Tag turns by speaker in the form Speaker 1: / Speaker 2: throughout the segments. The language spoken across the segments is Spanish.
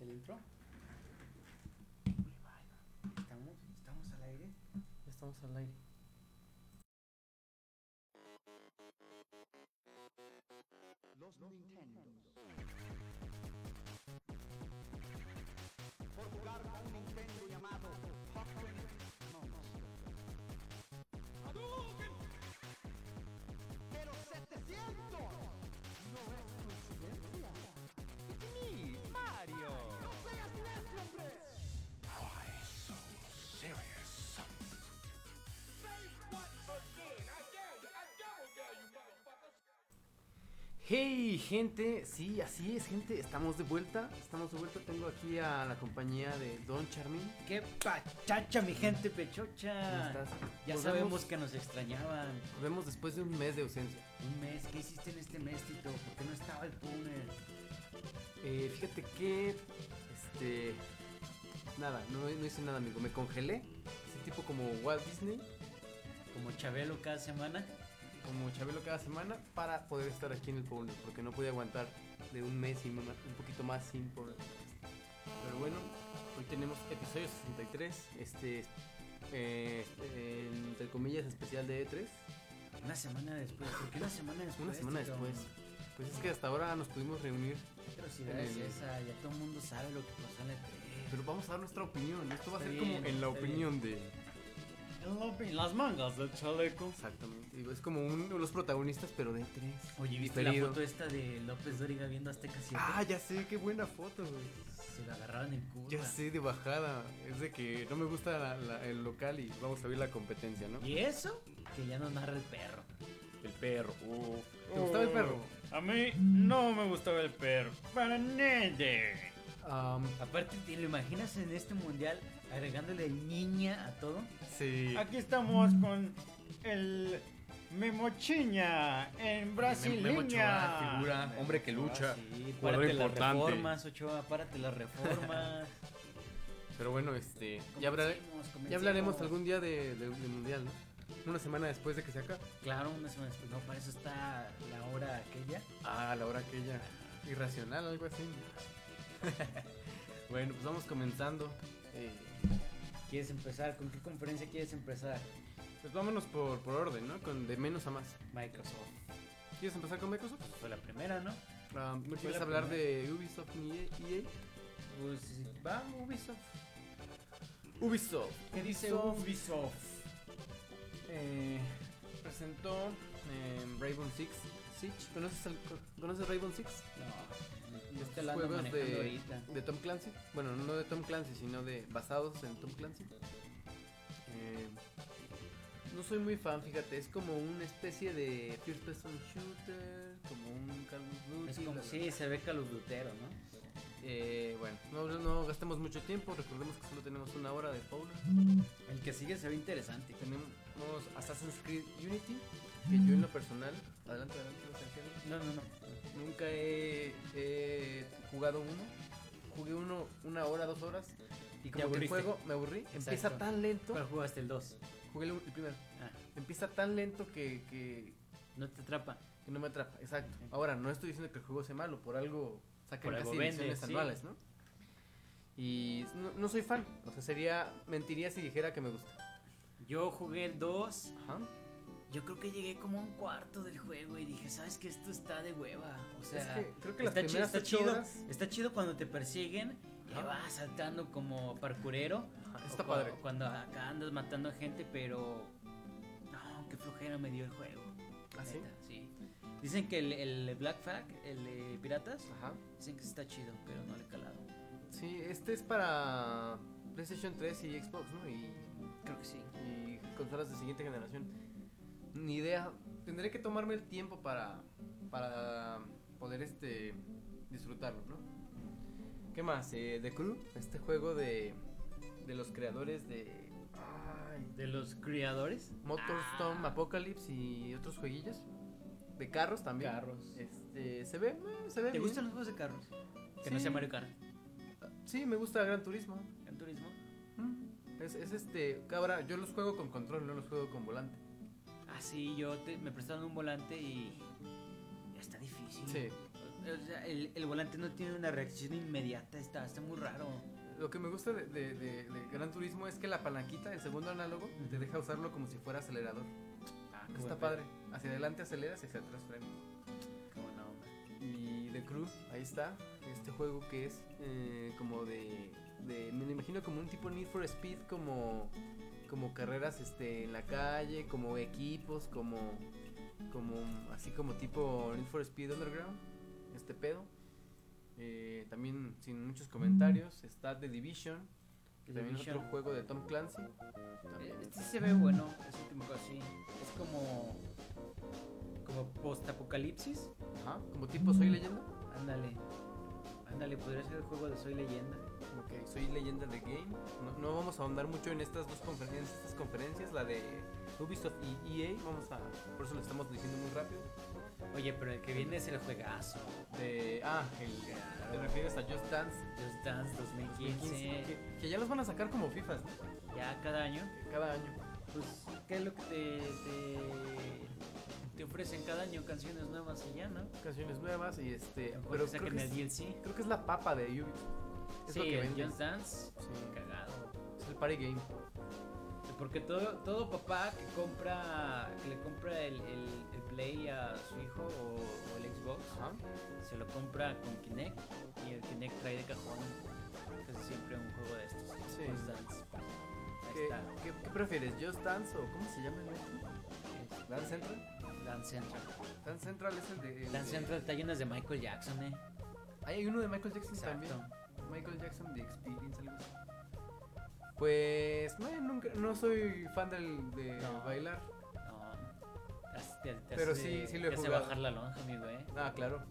Speaker 1: el intro. ¿Estamos? ¿Estamos al aire?
Speaker 2: Ya estamos al aire.
Speaker 3: Los Nintendo. Por jugar con un Nintendo llamado Pokémon Monster. ¡Hadouken! ¡Pero 700! ¡No es coincidencia! ¡It's me, Mario! ¡No seas necio, hombre!
Speaker 4: Why so serious?
Speaker 2: Hey gente, sí, así es gente, estamos de vuelta, estamos de vuelta, tengo aquí a la compañía de Don Charmin.
Speaker 1: ¡Qué pachacha, mi gente pechocha!
Speaker 2: ¿Cómo estás?
Speaker 1: Ya
Speaker 2: Nos
Speaker 1: sabemos
Speaker 2: vemos.
Speaker 1: que nos extrañaban.
Speaker 2: Nos vemos después de un mes de ausencia.
Speaker 1: Un mes, ¿qué hiciste en este mes, Tito? ¿Por qué no estaba el Puner?
Speaker 2: Eh, fíjate que, este, nada, no, no hice nada amigo, me congelé, ese tipo como Walt Disney,
Speaker 1: Como Chabelo cada semana.
Speaker 2: como Chabelo cada semana, para poder estar aquí en el pueblo, porque no pude aguantar de un mes y ma- un poquito más sin poder. Pero bueno, hoy tenemos episodio 63, este, eh, eh, entre comillas, especial de E3.
Speaker 1: Una semana después. ¿Por qué una semana después?
Speaker 2: Una semana
Speaker 1: Tito?
Speaker 2: después. Pues es que hasta ahora nos pudimos reunir,
Speaker 1: Pero si ves
Speaker 2: En el-
Speaker 1: esa, ya todo el mundo sabe lo que pasó en la E3.
Speaker 2: pero vamos a dar nuestra opinión. Esto va a
Speaker 1: Está
Speaker 2: ser
Speaker 1: bien,
Speaker 2: como en la
Speaker 1: está
Speaker 2: opinión
Speaker 1: En las mangas del chaleco.
Speaker 2: de. Exactamente. y Es como uno de los protagonistas, pero de E tres.
Speaker 1: Oye, ¿viste
Speaker 2: Diferido.
Speaker 1: la foto esta de López Dóriga viendo Azteca 7?
Speaker 2: Ah, ya sé, qué buena foto, güey.
Speaker 1: Se la agarraron en curva.
Speaker 2: Ya sé, de bajada. Es de que no me gusta la- la- el local y vamos a ver la competencia, ¿no?
Speaker 1: ¿Y eso? Que ya no narra el perro.
Speaker 4: El perro. uh.
Speaker 2: ¿Te gustaba el perro?
Speaker 4: A mí no me gustaba el perro. Para nada.
Speaker 2: Am,
Speaker 1: Aparte, ¿te lo imaginas en este mundial agregándole niña a todo?
Speaker 2: sí.
Speaker 4: Aquí estamos con el Memochiña en
Speaker 2: Memo Ochoa,
Speaker 4: Brasileña.
Speaker 2: figura, Ah, hombre que lucha.
Speaker 1: Ah, Sí,
Speaker 2: jugador
Speaker 1: párate las
Speaker 2: importante.
Speaker 1: reformas, Ochoa, párate las reformas.
Speaker 2: Pero bueno, este. Ya, habrá- ya hablaremos algún día de- de- del mundial, ¿no? Una semana después de que se acabe.
Speaker 1: Claro, una semana después. No, para eso está la hora aquella.
Speaker 2: Ah, a la hora aquella. Irracional, algo así. bueno, pues vamos comenzando. Eh,
Speaker 1: ¿Quieres empezar? ¿Con qué conferencia quieres empezar?
Speaker 2: pues vámonos por, por orden, ¿no? Con de menos a más.
Speaker 1: Microsoft.
Speaker 2: ¿Quieres empezar con Microsoft?
Speaker 1: Fue la primera, ¿no?
Speaker 2: Ah, ¿No quieres
Speaker 1: la
Speaker 2: hablar de Ubisoft E ni EA?
Speaker 1: Pues va Ubisoft.
Speaker 2: Ubisoft.
Speaker 1: ¿Qué dice Ubisoft?
Speaker 2: Eh, presentó eh, Rainbow Six. Siege. ¿Conoces, el, ¿Conoces Rainbow Six?
Speaker 1: No,
Speaker 2: Estos
Speaker 1: este la ando
Speaker 2: juegos
Speaker 1: manejando
Speaker 2: de,
Speaker 1: ahorita.
Speaker 2: de Tom Clancy. Bueno, no de Tom Clancy, sino de basados en Tom Clancy. Eh, no soy muy fan, fíjate. Es como una especie de first person shooter, como un Call of Duty.
Speaker 1: Es como,
Speaker 2: bla, bla,
Speaker 1: sí, se ve caludutero, ¿no?
Speaker 2: bla. Eh, bueno, no, no gastemos mucho tiempo. Recordemos que solo tenemos una hora de Paula.
Speaker 1: El que sigue se ve interesante.
Speaker 2: Tenemos Assassin's Creed Unity, que yo en lo personal, adelante, adelante, lo que quieran.
Speaker 1: No, no, no.
Speaker 2: Nunca he, he jugado uno. Jugué uno una hora, dos horas. Y
Speaker 1: Te
Speaker 2: como que el
Speaker 1: aburriste.
Speaker 2: juego me aburrí. Empieza tan lento.
Speaker 1: ¿Cuál jugaste el 2?
Speaker 2: Jugué el, el primero.
Speaker 1: Ah,
Speaker 2: Empieza tan lento que, que,
Speaker 1: no te atrapa.
Speaker 2: que no me atrapa. Exacto.
Speaker 1: Ok.
Speaker 2: Ahora, no estoy diciendo que el juego sea malo. Por algo sacan
Speaker 1: Por algo
Speaker 2: casi
Speaker 1: vende,
Speaker 2: ediciones
Speaker 1: sí.
Speaker 2: anuales, ¿no? Y no, no soy fan. O sea, sería. Mentiría si dijera que me gusta.
Speaker 1: Yo jugué el 2.
Speaker 2: Ajá.
Speaker 1: Yo creo que llegué como a un cuarto del juego y dije, ¿sabes qué? Esto está de hueva. O sea,
Speaker 2: Es que creo que las
Speaker 1: está, chi-
Speaker 2: primeras
Speaker 1: está
Speaker 2: ocho
Speaker 1: chido.
Speaker 2: horas-
Speaker 1: Está chido cuando te persiguen y
Speaker 2: Ajá.
Speaker 1: vas saltando como parkurero.
Speaker 2: Ajá,
Speaker 1: o
Speaker 2: está
Speaker 1: cua-
Speaker 2: padre.
Speaker 1: Cuando acá andas matando a gente, pero. No, qué flojera me dio el juego. la
Speaker 2: ¿Ah, sí?
Speaker 1: neta, sí. Dicen que el, el Black Flag, el de Piratas,
Speaker 2: Ajá.
Speaker 1: dicen que está chido, pero no le he calado.
Speaker 2: Sí, este es para PlayStation 3 y Xbox, ¿no? Y
Speaker 1: Creo que sí.
Speaker 2: y consolas de siguiente generación. Ni idea. Tendré que tomarme el tiempo para, para poder este disfrutarlo, ¿no? ¿Qué más? Eh, The Crew, este juego de, de los creadores de ay,
Speaker 1: ¿De los criadores?
Speaker 2: Motor
Speaker 1: Ah.
Speaker 2: Storm, Apocalypse y otros jueguillos. De carros también.
Speaker 1: Carros.
Speaker 2: Este, se ve, eh, se ve
Speaker 1: ¿Te
Speaker 2: bien.
Speaker 1: gustan los juegos de carros? Que no
Speaker 2: Sí.
Speaker 1: sea Mario Kart.
Speaker 2: Sí, me gusta Gran Turismo.
Speaker 1: ¿En turismo?
Speaker 2: Mm. Es, es este, ahora yo los juego con control, no los juego con volante.
Speaker 1: Ah, sí, yo te- me prestaron un volante y ya está difícil.
Speaker 2: Sí.
Speaker 1: o sea, el, el volante no tiene una reacción inmediata, está, está muy raro.
Speaker 2: Lo que me gusta de, de- de- de Gran Turismo es que la palanquita, el segundo análogo, te deja usarlo como si fuera acelerador.
Speaker 1: Ah,
Speaker 2: Está padre. Hacia adelante aceleras y hacia atrás frenas.
Speaker 1: Qué buena onda.
Speaker 2: Y The Crew, ahí está. Este juego que es eh, como de, de- Me lo imagino como un tipo Need for Speed, como. Como carreras este, en la calle, como equipos, como. Como. Así como tipo Need for Speed Underground. Este pedo. Eh, también sin muchos comentarios. Está The Division. Que
Speaker 1: The
Speaker 2: también es otro
Speaker 1: Division.
Speaker 2: juego de Tom Clancy. También.
Speaker 1: Eh, Este se ve bueno, es último juego, sí. Es como. Como post-apocalipsis.
Speaker 2: Ajá, Como tipo Soy Leyenda.
Speaker 1: Ándale. Ándale, podría ser el juego de Soy Leyenda.
Speaker 2: Ok, soy leyenda de game. No, no vamos a ahondar mucho en estas dos conferencias, estas conferencias, la de Ubisoft y EA. Vamos a, por eso lo estamos diciendo muy rápido.
Speaker 1: Oye, pero el que viene es el juegazo.
Speaker 2: De, ah, el, te refieres a Just Dance
Speaker 1: Just Dance
Speaker 2: 2015,
Speaker 1: 2015.
Speaker 2: que, que ya los van a sacar como FIFAs ¿no?
Speaker 1: Ya cada año.
Speaker 2: cada año.
Speaker 1: Pues, ¿qué es lo que te, te, te ofrecen cada año? Canciones nuevas y ya, ¿no?
Speaker 2: Canciones nuevas y este, Eh,
Speaker 1: Mejor
Speaker 2: pero
Speaker 1: que
Speaker 2: creo
Speaker 1: saquen
Speaker 2: que,
Speaker 1: el
Speaker 2: es,
Speaker 1: DLC.
Speaker 2: creo que es la papa de Ubisoft. Es
Speaker 1: sí,
Speaker 2: lo que
Speaker 1: el
Speaker 2: vende.
Speaker 1: Just Dance.
Speaker 2: Sí,
Speaker 1: Cagado.
Speaker 2: es el party game.
Speaker 1: Porque todo, todo papá que compra que le compra el, el- el Play a su hijo o, o el Xbox,
Speaker 2: Ajá.
Speaker 1: se lo compra con Kinect y el Kinect trae de cajón casi siempre un juego de estos.
Speaker 2: Sí.
Speaker 1: Just Dance. Ahí
Speaker 2: ¿Qué,
Speaker 1: está.
Speaker 2: qué- qué prefieres, Just Dance o cómo se llama el otro?
Speaker 1: es
Speaker 2: Dance Central.
Speaker 1: Dance Central.
Speaker 2: Dance Central es el de. el
Speaker 1: Dance
Speaker 2: de-
Speaker 1: Central está lleno de Michael Jackson, ¿eh?
Speaker 2: Hay uno de Michael Jackson
Speaker 1: Exacto.
Speaker 2: también. Michael Jackson The Experience, algo así. Pues, no, nunca, no soy fan del, de
Speaker 1: No.
Speaker 2: bailar.
Speaker 1: No. te hace- te- te
Speaker 2: Pero
Speaker 1: hace-
Speaker 2: sí- sí lo he
Speaker 1: te hace
Speaker 2: jugado.
Speaker 1: bajar la lonja, amigo, ¿eh?
Speaker 2: Ah, claro.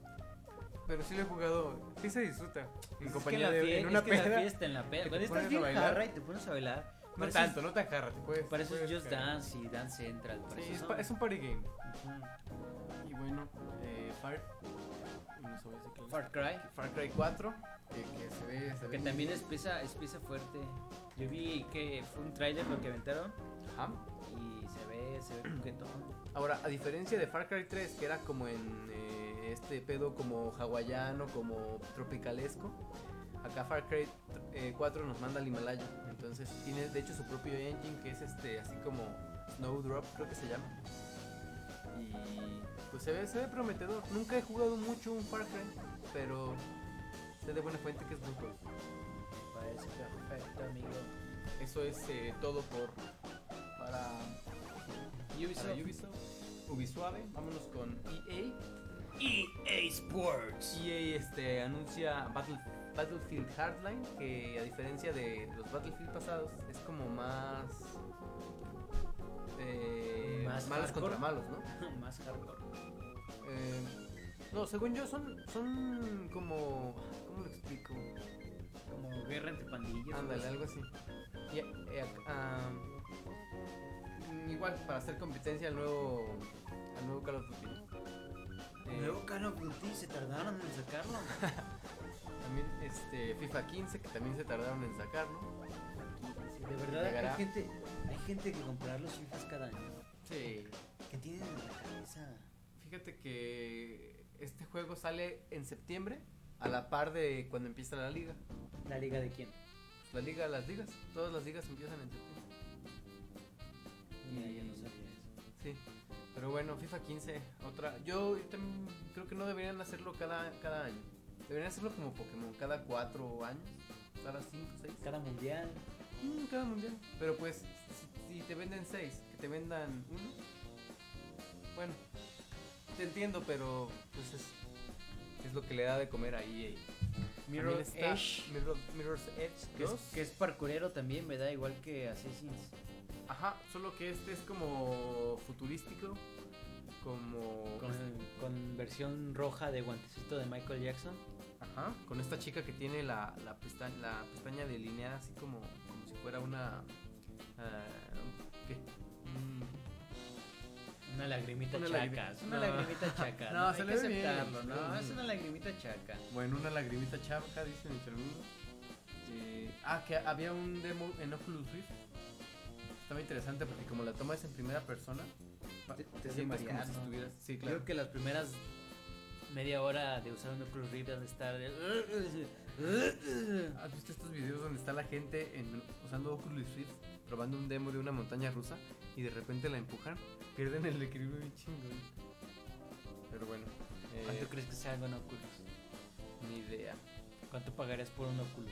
Speaker 2: Pero sí lo he jugado, sí se disfruta. En
Speaker 1: Es que
Speaker 2: compañía
Speaker 1: la
Speaker 2: de
Speaker 1: fie-
Speaker 2: en
Speaker 1: es
Speaker 2: una
Speaker 1: que la
Speaker 2: peda.
Speaker 1: fiesta, en la peda.
Speaker 2: te
Speaker 1: Cuando
Speaker 2: pones
Speaker 1: estás
Speaker 2: a
Speaker 1: bien
Speaker 2: bailar.
Speaker 1: jarra y te pones a bailar.
Speaker 2: No
Speaker 1: pareces-
Speaker 2: tanto, no te ajarra, te puedes.
Speaker 1: Para eso
Speaker 2: puedes
Speaker 1: es Just
Speaker 2: caer.
Speaker 1: Dance y Dance Central. Por
Speaker 2: Sí,
Speaker 1: eso
Speaker 2: es,
Speaker 1: son. Mm,
Speaker 2: pa- es un party game.
Speaker 1: Ujú.
Speaker 2: Y bueno, eh, Far... no sé, voy a decir que-
Speaker 1: Far Cry.
Speaker 2: Far Cry 4, que, que se ve... Se ve
Speaker 1: Que también es pieza, es pieza fuerte. Yo vi que fue un tráiler lo que aventaron
Speaker 2: Ajá.
Speaker 1: y se ve, se ve coquetón.
Speaker 2: Ahora, a diferencia de Far Cry 3, que era como en eh, este pedo como hawaiano, como tropicalesco, acá Far Cry eh, 4 nos manda al Himalaya. Entonces tiene de hecho su propio engine que es este así como Snowdrop, creo que se llama. Y pues se ve, se ve prometedor. Nunca he jugado mucho un Far Cry, pero sé de buena fuente que es muy bueno.
Speaker 1: Parece perfecto, amigo.
Speaker 2: Eso es eh, todo por para,
Speaker 1: Ubisoft.
Speaker 2: para Ubisoft. Ubisuave, vámonos con E EA.
Speaker 1: EA E Sports.
Speaker 2: EA este, anuncia Battle- Battlefield Hardline, que a diferencia de los Battlefield pasados, es como más. eh,
Speaker 1: Más
Speaker 2: malos
Speaker 1: hardcore.
Speaker 2: contra malos, ¿no?
Speaker 1: Más hardcore.
Speaker 2: Eh, no, según yo, son, son como. ¿Cómo lo explico?
Speaker 1: Como guerra entre pandillas.
Speaker 2: Ándale,
Speaker 1: pues.
Speaker 2: algo así. Y, eh, ac- ah, mm, igual, para hacer competencia al nuevo, al nuevo Call of Duty. Eh,
Speaker 1: Luego Call of Duty se tardaron en sacarlo.
Speaker 2: También este, FIFA 15, que también se tardaron en sacarlo.
Speaker 1: De verdad
Speaker 2: Llegará.
Speaker 1: hay gente, hay gente que comprar los FIFAs cada año.
Speaker 2: Sí.
Speaker 1: Que tienen en la cabeza.
Speaker 2: Fíjate que este juego sale en septiembre, a la par de cuando empieza la liga.
Speaker 1: La liga de quién.
Speaker 2: La liga, las ligas, todas las ligas empiezan en septiembre.
Speaker 1: Mira, yo no pues, sabía eso.
Speaker 2: Sí. Pero bueno, FIFA 15, otra. Yo también creo que no deberían hacerlo cada, cada año. Deberían hacerlo como Pokémon, cada cuatro años, cada cinco, seis.
Speaker 1: Cada mundial.
Speaker 2: Mm, cada mundial. Pero pues, si, si te venden seis, que te vendan uno. Bueno, te entiendo, pero pues es, es lo que le da de comer a EA. Mirror
Speaker 1: Mirror's Edge.
Speaker 2: Mirror, Mirror's Edge
Speaker 1: Que es,
Speaker 2: 2.
Speaker 1: que es parkourero también, me da igual que Assassin's.
Speaker 2: Ajá, solo que este es como futurístico. Como.
Speaker 1: Con, con versión roja de guantecito de Michael Jackson.
Speaker 2: Ajá, con esta chica que tiene la, la, pesta- la pestaña delineada así como, como si fuera una. ah, ¿Qué? Mm,
Speaker 1: Una lagrimita
Speaker 2: Una
Speaker 1: chaca.
Speaker 2: lagrimita-
Speaker 1: Es una
Speaker 2: no.
Speaker 1: lagrimita chaca.
Speaker 2: No,
Speaker 1: hay
Speaker 2: se
Speaker 1: que
Speaker 2: le ve bien,
Speaker 1: aceptarlo,
Speaker 2: se le
Speaker 1: ¿no?
Speaker 2: ve
Speaker 1: Es
Speaker 2: bien.
Speaker 1: una lagrimita chaca.
Speaker 2: Bueno, una lagrimita chavca, dice mi amigo. ah, que había un demo en Oculus Rift. Estaba interesante porque como la toma es en primera persona, pa-
Speaker 1: Te- te
Speaker 2: te
Speaker 1: hace
Speaker 2: sientes como
Speaker 1: marear,
Speaker 2: si
Speaker 1: ¿no?
Speaker 2: estuvieras... Sí,
Speaker 1: Creo
Speaker 2: claro.
Speaker 1: que las primeras media hora de usar una Oculus Rift de estar de...
Speaker 2: ¿Has visto estos videos donde está la gente en- usando Oculus Rift probando un demo de una montaña rusa y de repente la empujan? Pierden el equilibrio bien chingón. Pero bueno, eh,
Speaker 1: ¿Cuánto crees que salga un Oculus?
Speaker 2: ni idea.
Speaker 1: ¿Cuánto pagarías por un Oculus?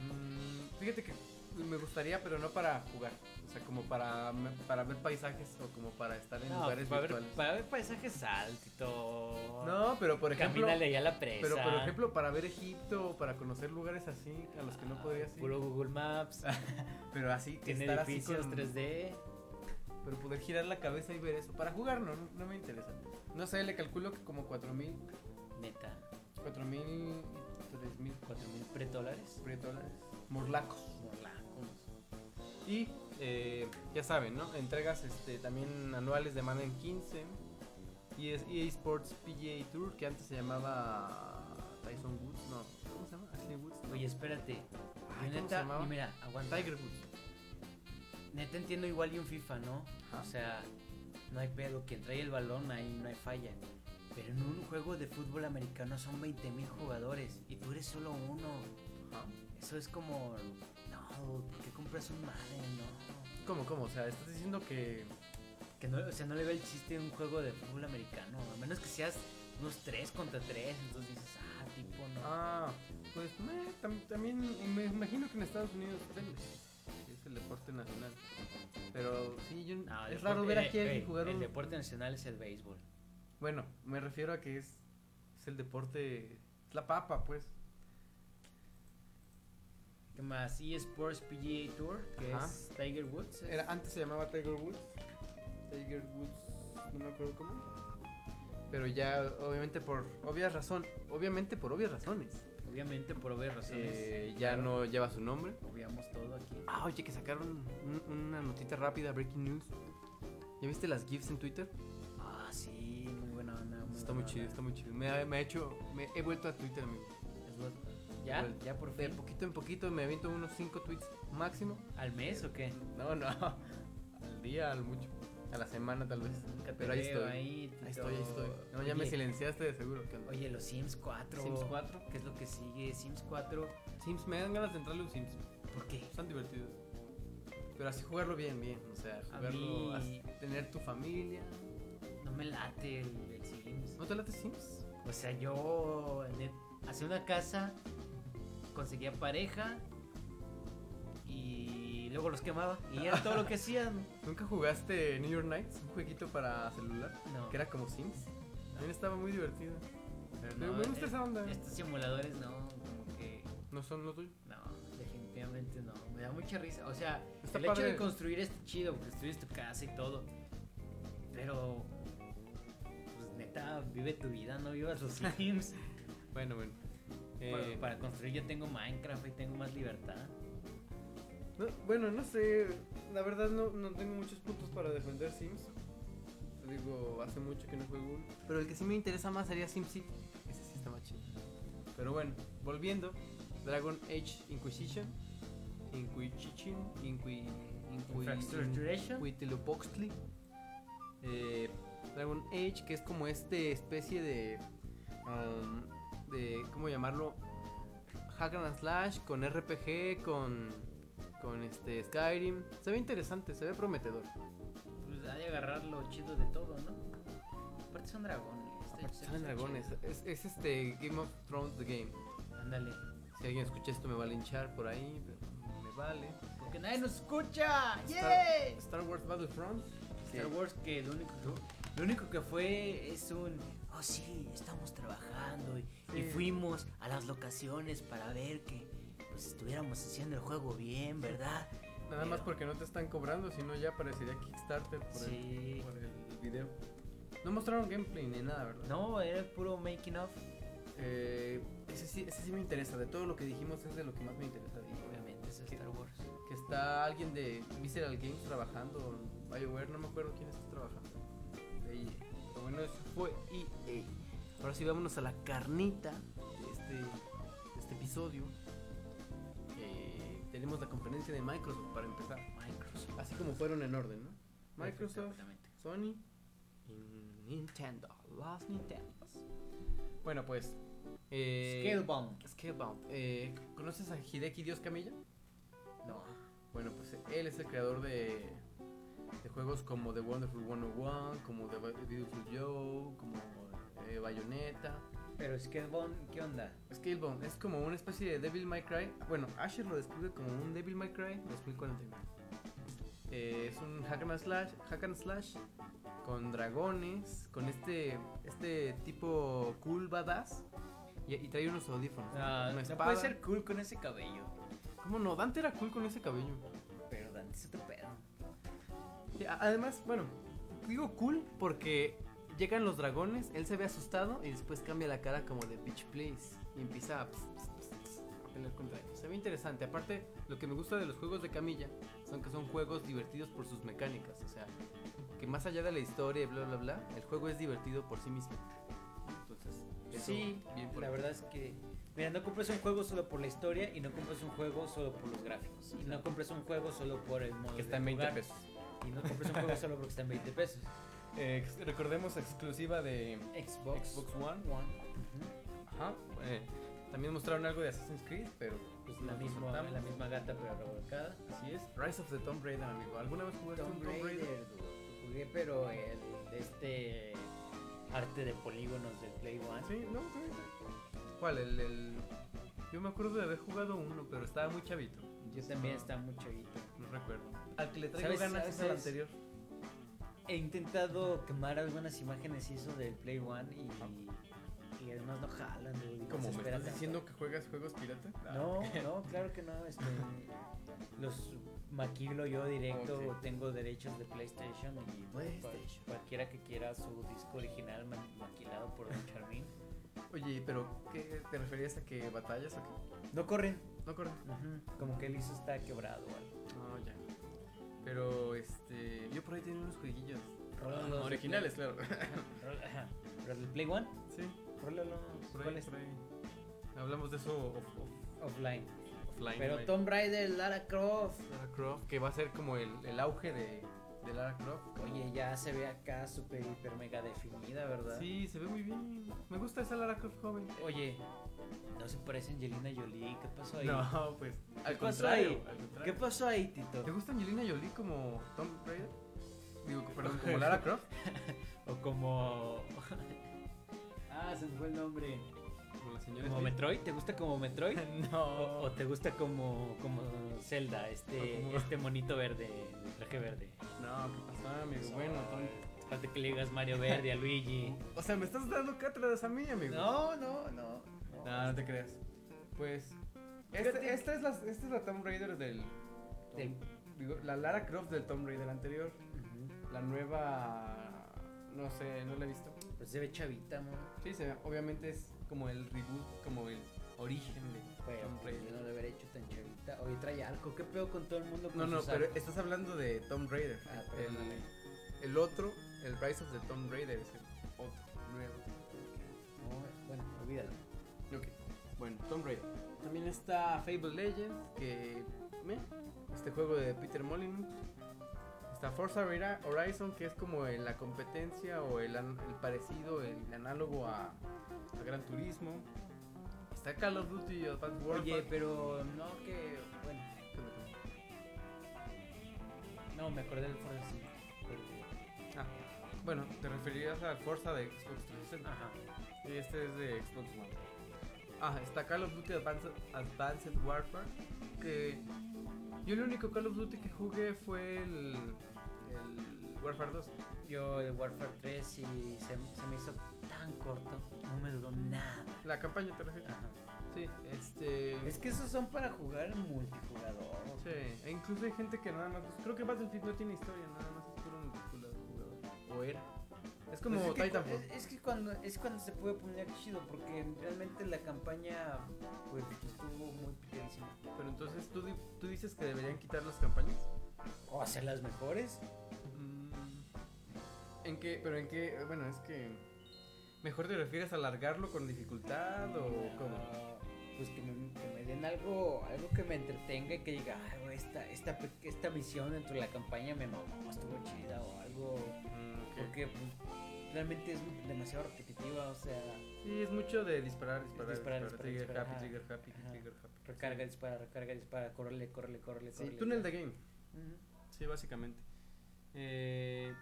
Speaker 2: Mm, fíjate que me gustaría, pero no para jugar. O sea, como para, para ver paisajes o como para estar en lugares
Speaker 1: para ver,
Speaker 2: virtuales.
Speaker 1: para ver paisajes saltito.
Speaker 2: No, pero por ejemplo...
Speaker 1: Camínale allá a la presa.
Speaker 2: Pero por ejemplo, para ver Egipto o para conocer lugares así a los que no podrías ir.
Speaker 1: Puro Google Maps.
Speaker 2: Pero así,
Speaker 1: Tiene
Speaker 2: estar así
Speaker 1: edificios
Speaker 2: con-
Speaker 1: 3D.
Speaker 2: Pero poder girar la cabeza y ver eso. Para jugar no, no, no me interesa. No sé, le calculo que como 4000,
Speaker 1: Neta,
Speaker 2: 4000, 3000
Speaker 1: cuatro mil predólares.
Speaker 2: dólares. Morlacos. Y eh, ya saben, ¿no? Entregas este, también anuales de Madden 15. Y es EA Sports PGA Tour, que antes se llamaba Tyson Woods, no. ¿Cómo se llama? Ashley Woods. no.
Speaker 1: Oye, espérate.
Speaker 2: Ay,
Speaker 1: Yo
Speaker 2: ¿cómo se
Speaker 1: neta,
Speaker 2: llamaba?
Speaker 1: y mira, aguanta.
Speaker 2: Tiger Woods.
Speaker 1: Neta entiendo igual y un FIFA, ¿no?
Speaker 2: Ajá.
Speaker 1: O sea, no hay pedo. Quien trae el balón ahí no hay falla. Pero en un juego de fútbol americano son 20 mil jugadores y tú eres solo uno.
Speaker 2: Ajá.
Speaker 1: Eso es como. No, ¿por qué compras un Madden? No.
Speaker 2: ¿Cómo, cómo? O sea, estás diciendo que.
Speaker 1: Que no, o sea, no le ve el chiste a un juego de fútbol americano. A menos que seas unos 3 contra 3. Entonces dices, ah, tipo, no.
Speaker 2: Ah, pues meh, tam- también me imagino que en Estados Unidos tenis es el deporte nacional. Pero sí, yo,
Speaker 1: No, el
Speaker 2: es raro
Speaker 1: deporte-
Speaker 2: ver
Speaker 1: eh,
Speaker 2: a quién
Speaker 1: eh,
Speaker 2: jugar
Speaker 1: El
Speaker 2: un-
Speaker 1: deporte nacional es el béisbol.
Speaker 2: Bueno, me refiero a que es, es el deporte, es la papa, pues.
Speaker 1: ¿Qué más? eSports PGA Tour, que
Speaker 2: Ajá.
Speaker 1: es Tiger Woods.
Speaker 2: Era, antes se llamaba Tiger Woods. Tiger Woods, no me acuerdo cómo. Pero ya, obviamente por obvias razón, obviamente por obvias razones,
Speaker 1: Obviamente, por obvias razones.
Speaker 2: eh, ya
Speaker 1: claro,
Speaker 2: no lleva su nombre.
Speaker 1: Obviamos todo aquí.
Speaker 2: Ah, oye, que sacaron un- una notita rápida, breaking news. ¿Ya viste las GIFs en Twitter?
Speaker 1: Ah, sí, muy buena onda. muy
Speaker 2: Está
Speaker 1: buena
Speaker 2: muy chido,
Speaker 1: onda.
Speaker 2: está muy chido. Me ha, me ha hecho. Me he vuelto a Twitter, amigo.
Speaker 1: Es bueno. ¿Ya?
Speaker 2: Vuelta.
Speaker 1: ¿Ya por
Speaker 2: Pues, De
Speaker 1: fin?
Speaker 2: poquito en poquito me aviento unos 5 tweets máximo.
Speaker 1: ¿Al mes o qué?
Speaker 2: No, no. Al día, al mucho. A la semana, tal vez.
Speaker 1: Nunca te
Speaker 2: Pero ahí
Speaker 1: veo
Speaker 2: estoy.
Speaker 1: Ahí,
Speaker 2: Ahí
Speaker 1: Tito.
Speaker 2: estoy, ahí estoy. No, ya me
Speaker 1: Oye,
Speaker 2: silenciaste de seguro. ¿qué onda?
Speaker 1: Oye, los Sims 4.
Speaker 2: Sims 4.
Speaker 1: ¿Qué es lo que sigue? Sims 4.
Speaker 2: Sims, me dan ganas de entrarle a un Sims.
Speaker 1: ¿Por qué?
Speaker 2: Están divertidos. Pero así jugarlo bien, bien. O sea,
Speaker 1: A
Speaker 2: jugarlo.
Speaker 1: mí-
Speaker 2: así, tener tu familia.
Speaker 1: No me late el, el Sims.
Speaker 2: ¿No te late Sims?
Speaker 1: O sea, yo ne- hacía una casa, conseguía pareja y luego los quemaba. Y era todo lo que hacían.
Speaker 2: ¿Nunca jugaste New York Nights? Un jueguito para celular.
Speaker 1: No.
Speaker 2: Que era como Sims. También estaba muy divertido. Pero este.
Speaker 1: No,
Speaker 2: me gusta
Speaker 1: eh,
Speaker 2: esa onda.
Speaker 1: Estos simuladores no, como que
Speaker 2: No son los tuyos.
Speaker 1: no, definitivamente no. Me da mucha risa. O sea,
Speaker 2: Está
Speaker 1: el hecho
Speaker 2: padre.
Speaker 1: de construir es chido, construyes tu casa y todo. Pero pues neta, vive tu vida, no vivas los Sims.
Speaker 2: Bueno, bueno.
Speaker 1: Para-
Speaker 2: Eh,
Speaker 1: para construir yo tengo Minecraft y tengo más libertad.
Speaker 2: no- bueno, no sé. La verdad no, no tengo muchos puntos para defender Sims. Te Digo, hace mucho que no juego uno. Pero el que sí me interesa más sería SimCity. Ese sí está más chido. Pero bueno, volviendo. Dragon Age Inquisition. Inquisition. Inqui...
Speaker 1: Infrastructuration.
Speaker 2: Huitzilopochtli. Eh, Dragon Age, que es como este especie de. um, de ¿Cómo llamarlo? Hack and Slash con RPG, con. con este Skyrim. Se ve interesante, se ve prometedor.
Speaker 1: Pues hay que agarrar lo chido de todo, ¿no? Aparte son dragones. está- está-
Speaker 2: Salen
Speaker 1: está
Speaker 2: dragones. Es, es este Game of Thrones The Game.
Speaker 1: chido. Ándale.
Speaker 2: Si alguien escucha esto, me va a linchar por ahí, pero me vale.
Speaker 1: Porque nadie nos escucha.
Speaker 2: Star,
Speaker 1: ¡Yay!
Speaker 2: Star Wars Battlefront. que-
Speaker 1: Star Wars que lo único que, lo único que fue es un... Oh sí, estamos trabajando y, y
Speaker 2: Sí.
Speaker 1: fuimos a las locaciones para ver que pues estuviéramos haciendo el juego bien, ¿verdad?
Speaker 2: Nada más porque no te están cobrando, sino ya aparecería Kickstarter por, el,
Speaker 1: Sí.
Speaker 2: por el video. No mostraron gameplay ni nada, ¿verdad?
Speaker 1: No, era puro making of,
Speaker 2: Eh, ese, sí, ese sí me interesa. De todo lo que dijimos es de lo que más me interesa. Y obviamente
Speaker 1: obviamente, es Star Wars.
Speaker 2: que está alguien de Visceral Games trabajando. o BioWare, no me acuerdo quién está trabajando. De EA. Lo bueno eso fue EA. Ahora sí, vámonos a la carnita de este, de este episodio. Eh, tenemos la conferencia de Microsoft para empezar.
Speaker 1: Microsoft.
Speaker 2: Así como fueron en orden, ¿no? Microsoft,
Speaker 1: Exactamente.
Speaker 2: Sony y Nintendo, los Nintendos. Bueno, pues. Eh,
Speaker 1: Scalebound.
Speaker 2: Scalebound. Eh, ¿Conoces a Hideki Dios Camilla?
Speaker 1: No.
Speaker 2: Bueno, pues él es el creador de, de juegos como The Wonderful 101, como The Beautiful Joe, como eh, Bayonetta.
Speaker 1: Pero Scalebound, ¿qué onda?
Speaker 2: Scalebound es como una especie de Devil May Cry. Bueno, Asher lo describe como un Devil May Cry 2041. Eh, es un hack and slash, hack and slash con dragones, con este este tipo cool badass y, y trae unos audífonos.
Speaker 1: Ah,
Speaker 2: una
Speaker 1: no
Speaker 2: espada.
Speaker 1: puede ser cool con ese cabello.
Speaker 2: ¿Cómo no? Dante era cool con ese cabello.
Speaker 1: Pero Dante es otro pedo.
Speaker 2: Y a- Además, bueno, digo cool porque llegan los dragones, él se ve asustado y después cambia la cara como de bitch please y empieza a, ps- ps- ps- ps- a pelear contra ellos. Se ve interesante. Aparte, lo que me gusta de los juegos de camilla son que son juegos divertidos por sus mecánicas, o sea, que más allá de la historia y bla bla bla, el juego es divertido por sí mismo. Entonces, eso,
Speaker 1: Sí,
Speaker 2: bien por
Speaker 1: la
Speaker 2: él.
Speaker 1: verdad es que. Mira, no compras un juego solo por la historia y no compras un juego solo por los gráficos. Y no compras un juego solo por el modo
Speaker 2: que
Speaker 1: de
Speaker 2: está en 20
Speaker 1: jugar.
Speaker 2: pesos.
Speaker 1: Y no compras un juego solo porque está en 20 pesos.
Speaker 2: Eh, ex- recordemos exclusiva de
Speaker 1: Xbox.
Speaker 2: Xbox One.
Speaker 1: Ujú.
Speaker 2: Ajá. eh, también mostraron algo de Assassin's Creed, pero
Speaker 1: Pues la,
Speaker 2: nos
Speaker 1: misma,
Speaker 2: saltamos.
Speaker 1: la misma gata pero revolcada.
Speaker 2: Así es. Rise of the Tomb Raider, amigo. ¿Alguna vez jugaste Pues un
Speaker 1: Tomb
Speaker 2: Tomb
Speaker 1: Raider,
Speaker 2: Raider?
Speaker 1: dude. Jugué, pero el de este arte de polígonos del Play One.
Speaker 2: Sí, no, sí. ¿Cuál? El, el- Yo me acuerdo de haber jugado uno, pero estaba muy chavito.
Speaker 1: Yo también estaba muy chavito.
Speaker 2: No recuerdo. Al que le traigo
Speaker 1: ¿Sabes-
Speaker 2: ganas
Speaker 1: sabes-
Speaker 2: es al
Speaker 1: sabes?
Speaker 2: anterior.
Speaker 1: He intentado quemar algunas imágenes y eso del Play One y, y además no jalan. dude, y no se espera tanto.
Speaker 2: que juegas juegos pirata?
Speaker 1: No, no, claro que no. Este, los maquilo yo directo,
Speaker 2: Ok.
Speaker 1: tengo derechos de PlayStation y
Speaker 2: PlayStation.
Speaker 1: cual- cualquiera que quiera su disco original ma- maquilado por Don Charmin.
Speaker 2: Oye, pero ¿qué te referías a que batallas o qué?
Speaker 1: No corren.
Speaker 2: No corre.
Speaker 1: Ujú, Como que el ISO está quebrado o algo.
Speaker 2: No, ya. Pero este. Yo por ahí tenía unos jueguillos. Ah,
Speaker 1: Rólalos de
Speaker 2: originales, claro.
Speaker 1: Play- Rola- ajá. ¿Pero del Play One?
Speaker 2: sí,
Speaker 1: Rólalos.
Speaker 2: por
Speaker 1: ¿Cuál
Speaker 2: ahí,
Speaker 1: es?
Speaker 2: por ahí. Hablamos de eso off- off-
Speaker 1: Offline.
Speaker 2: offline.
Speaker 1: Pero
Speaker 2: güey.
Speaker 1: Tomb Raider, Lara Croft.
Speaker 2: Lara Croft, que va a ser como el, el auge de, de Lara Croft.
Speaker 1: Oye, ya se ve acá súper, hiper, mega definida, ¿verdad?
Speaker 2: Sí, se ve muy bien. Me gusta esa Lara Croft joven.
Speaker 1: Oye, no se parece a Angelina Jolie. ¿Qué pasó ahí?
Speaker 2: No, pues. Al
Speaker 1: pasó
Speaker 2: contrario,
Speaker 1: ahí?
Speaker 2: al contrario.
Speaker 1: ¿Qué pasó ahí, Tito?
Speaker 2: ¿Te gusta Angelina Jolie como Tom Raider? Digo, perdón, como Lara Croft.
Speaker 1: O como. ah, se me fue el nombre.
Speaker 2: Como la señora.
Speaker 1: ¿Como
Speaker 2: Smith.
Speaker 1: Metroid? ¿Te gusta como Metroid?
Speaker 2: No.
Speaker 1: O, o te gusta como, como Zelda, este,
Speaker 2: O como-
Speaker 1: este monito verde, de traje verde?
Speaker 2: No, ¿qué pasó, amigo? Bueno, Tom-
Speaker 1: Falta que le digas Mario Verde a Luigi.
Speaker 2: O sea, me estás dando cátedras a mí, amigo.
Speaker 1: No, no, no.
Speaker 2: No, no te creas. Pues.
Speaker 1: Fíjate.
Speaker 2: Este, esta, es la, esta es la Tomb Raider del.
Speaker 1: Del-
Speaker 2: Digo, la Lara Croft del Tomb Raider anterior.
Speaker 1: Ujú.
Speaker 2: La nueva. No sé, no la he visto.
Speaker 1: Pues se ve chavita, amor.
Speaker 2: Sí, se ve- obviamente es como el reboot, como el origen de
Speaker 1: Pero
Speaker 2: Tomb
Speaker 1: pues, yo no
Speaker 2: Raider.
Speaker 1: lo hubiera hecho tan chavita. Oye, trae arco. ¿Qué pedo con todo el mundo? con
Speaker 2: No, no,
Speaker 1: sus
Speaker 2: pero
Speaker 1: arcos?
Speaker 2: estás hablando de Tomb Raider.
Speaker 1: Ah,
Speaker 2: el,
Speaker 1: perdóname.
Speaker 2: el otro, el Rise of the Tomb Raider, es el otro nuevo.
Speaker 1: No, bueno, olvídalo.
Speaker 2: Ok, bueno, Tomb Raider. También está Fable Legends, que. meh, este juego de Peter Molyneux. Está Forza Hora- Horizon, que es como el- la competencia o el, an- el parecido, el análogo a, a Gran Turismo. Está Call of Duty Advanced Warfare.
Speaker 1: Oye, pero no que. Bueno, no, me acordé del Forza 5.
Speaker 2: Ah, bueno, te referías al Forza de Xbox 360.
Speaker 1: Ajá.
Speaker 2: Y este es de Xbox One. Ah, está Call of Duty Advanced, Advanced Warfare. Que yo el único Call of Duty que jugué fue el, el Warfare 2.
Speaker 1: Yo el Warfare 3 y se, se me hizo tan corto, no me duró nada.
Speaker 2: La campaña te refieres.
Speaker 1: Ajá.
Speaker 2: Sí, este.
Speaker 1: Es que esos son para jugar multijugador.
Speaker 2: Sí, e incluso hay gente que nada más. pues, Creo que Battlefield no tiene historia, nada más es puro multijugador. O era. Es como
Speaker 1: Pues es que,
Speaker 2: Titanfall.
Speaker 1: cu- es, es que cuando, es cuando se puede poner chido, porque realmente la campaña pues estuvo muy picadísima.
Speaker 2: Pero entonces tú, di- tú dices que deberían quitar las campañas.
Speaker 1: O hacer las mejores.
Speaker 2: Mm, ¿En qué? Pero en qué, bueno, es que mejor te refieres a alargarlo con dificultad o cómo?
Speaker 1: Ah, Pues que me, que me den algo, algo que me entretenga y que diga, "Ay, güey, esta, esta, pe- esta misión dentro de la campaña me mamó, estuvo chida o algo.
Speaker 2: Mm, ok.
Speaker 1: Porque pues, realmente es demasiado repetitiva, o sea,
Speaker 2: Sí, es mucho de disparar, disparar, disparar,
Speaker 1: disparar, disparar,
Speaker 2: trigger,
Speaker 1: disparar,
Speaker 2: happy,
Speaker 1: ajá.
Speaker 2: trigger, happy,
Speaker 1: Ajá.
Speaker 2: trigger, happy.
Speaker 1: recarga, dispara, recarga, dispara, córrele, córrele, córrele,
Speaker 2: Sí,
Speaker 1: córrele.
Speaker 2: túnel de game.
Speaker 1: Ujú.
Speaker 2: Sí, básicamente. Eh,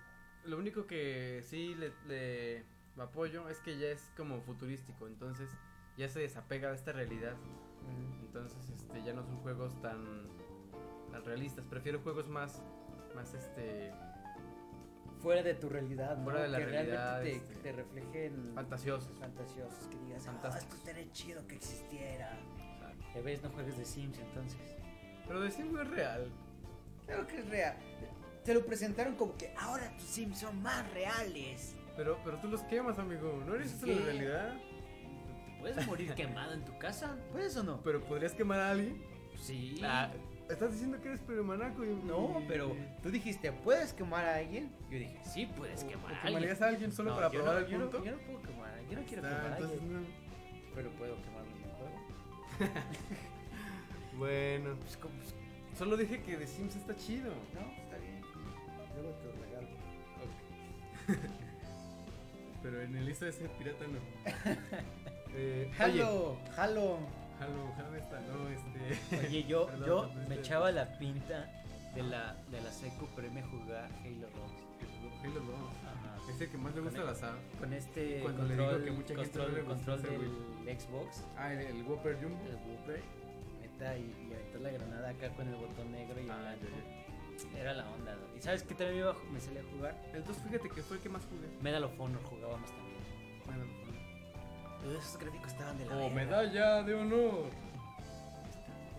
Speaker 2: lo único que sí le, le apoyo es que ya es como futurístico, entonces ya se desapega de esta realidad.
Speaker 1: Ujú.
Speaker 2: Entonces este, ya no son juegos tan, tan realistas. Prefiero juegos más, más este,
Speaker 1: Fuera de tu realidad, ¿no?
Speaker 2: Fuera de la
Speaker 1: que
Speaker 2: realidad,
Speaker 1: realmente te,
Speaker 2: este,
Speaker 1: te reflejen
Speaker 2: fantasiosos.
Speaker 1: fantasiosos, que digas, ah,
Speaker 2: Fantásticos.
Speaker 1: esto estaría chido que existiera.
Speaker 2: Exacto.
Speaker 1: Ya ves, no juegues de Sims entonces.
Speaker 2: Pero decir es real.
Speaker 1: Claro que es real. Te lo presentaron como que ahora tus Sims son más reales.
Speaker 2: Pero, pero tú los quemas, amigo. ¿No eres
Speaker 1: Es
Speaker 2: eso la
Speaker 1: que-
Speaker 2: realidad?
Speaker 1: ¿Puedes morir quemado en tu casa? ¿Puedes o no?
Speaker 2: Pero podrías quemar a alguien.
Speaker 1: Sí.
Speaker 2: Ah, estás diciendo que eres piromanaco y...
Speaker 1: No,
Speaker 2: y-
Speaker 1: pero tú dijiste, ¿puedes quemar a alguien? Yo dije, sí, puedes
Speaker 2: o-
Speaker 1: quemar
Speaker 2: o
Speaker 1: a alguien.
Speaker 2: quemarías a alguien solo
Speaker 1: No,
Speaker 2: para
Speaker 1: yo
Speaker 2: probar
Speaker 1: no-
Speaker 2: el
Speaker 1: yo no-
Speaker 2: punto.
Speaker 1: Yo no puedo quemar, yo no quiero
Speaker 2: Ah,
Speaker 1: quemar a
Speaker 2: entonces
Speaker 1: alguien,
Speaker 2: no.
Speaker 1: pero puedo quemar mi juego.
Speaker 2: Bueno,
Speaker 1: Pues, ¿cómo? Pues,
Speaker 2: solo dije que The Sims está chido.
Speaker 1: no, está bien. Luego te lo regalo.
Speaker 2: Pero en el lista de ser pirata no. eh, Oye,
Speaker 1: ¡Halo! ¡Halo!
Speaker 2: jalo, jalo esta, no, este.
Speaker 1: Oye, yo,
Speaker 2: Perdón,
Speaker 1: yo
Speaker 2: no,
Speaker 1: me
Speaker 2: este-
Speaker 1: echaba la pinta de la, de la seco pero irme a jugar Halo 2.
Speaker 2: Halo 2.
Speaker 1: Ajá.
Speaker 2: Es el que más le gusta a la Sara.
Speaker 1: Con este
Speaker 2: Cuando le digo
Speaker 1: control,
Speaker 2: que mucha gente
Speaker 1: control,
Speaker 2: no le gusta
Speaker 1: control
Speaker 2: ese
Speaker 1: del Xbox,
Speaker 2: Ah, el, el Whopper Jumbo.
Speaker 1: el Whooper, neta, y, y aventar la granada acá con el botón negro y el
Speaker 2: Ah,
Speaker 1: blanco.
Speaker 2: ya, ya.
Speaker 1: Era la onda, ¿no? ¿Y sabes qué también me, iba a ju- me salía a jugar?
Speaker 2: Entonces fíjate que fue el que más jugué.
Speaker 1: Medal of Honor jugábamos también.
Speaker 2: Bueno,
Speaker 1: Pero esos gráficos estaban de la
Speaker 2: oh,
Speaker 1: verga.
Speaker 2: medalla de honor.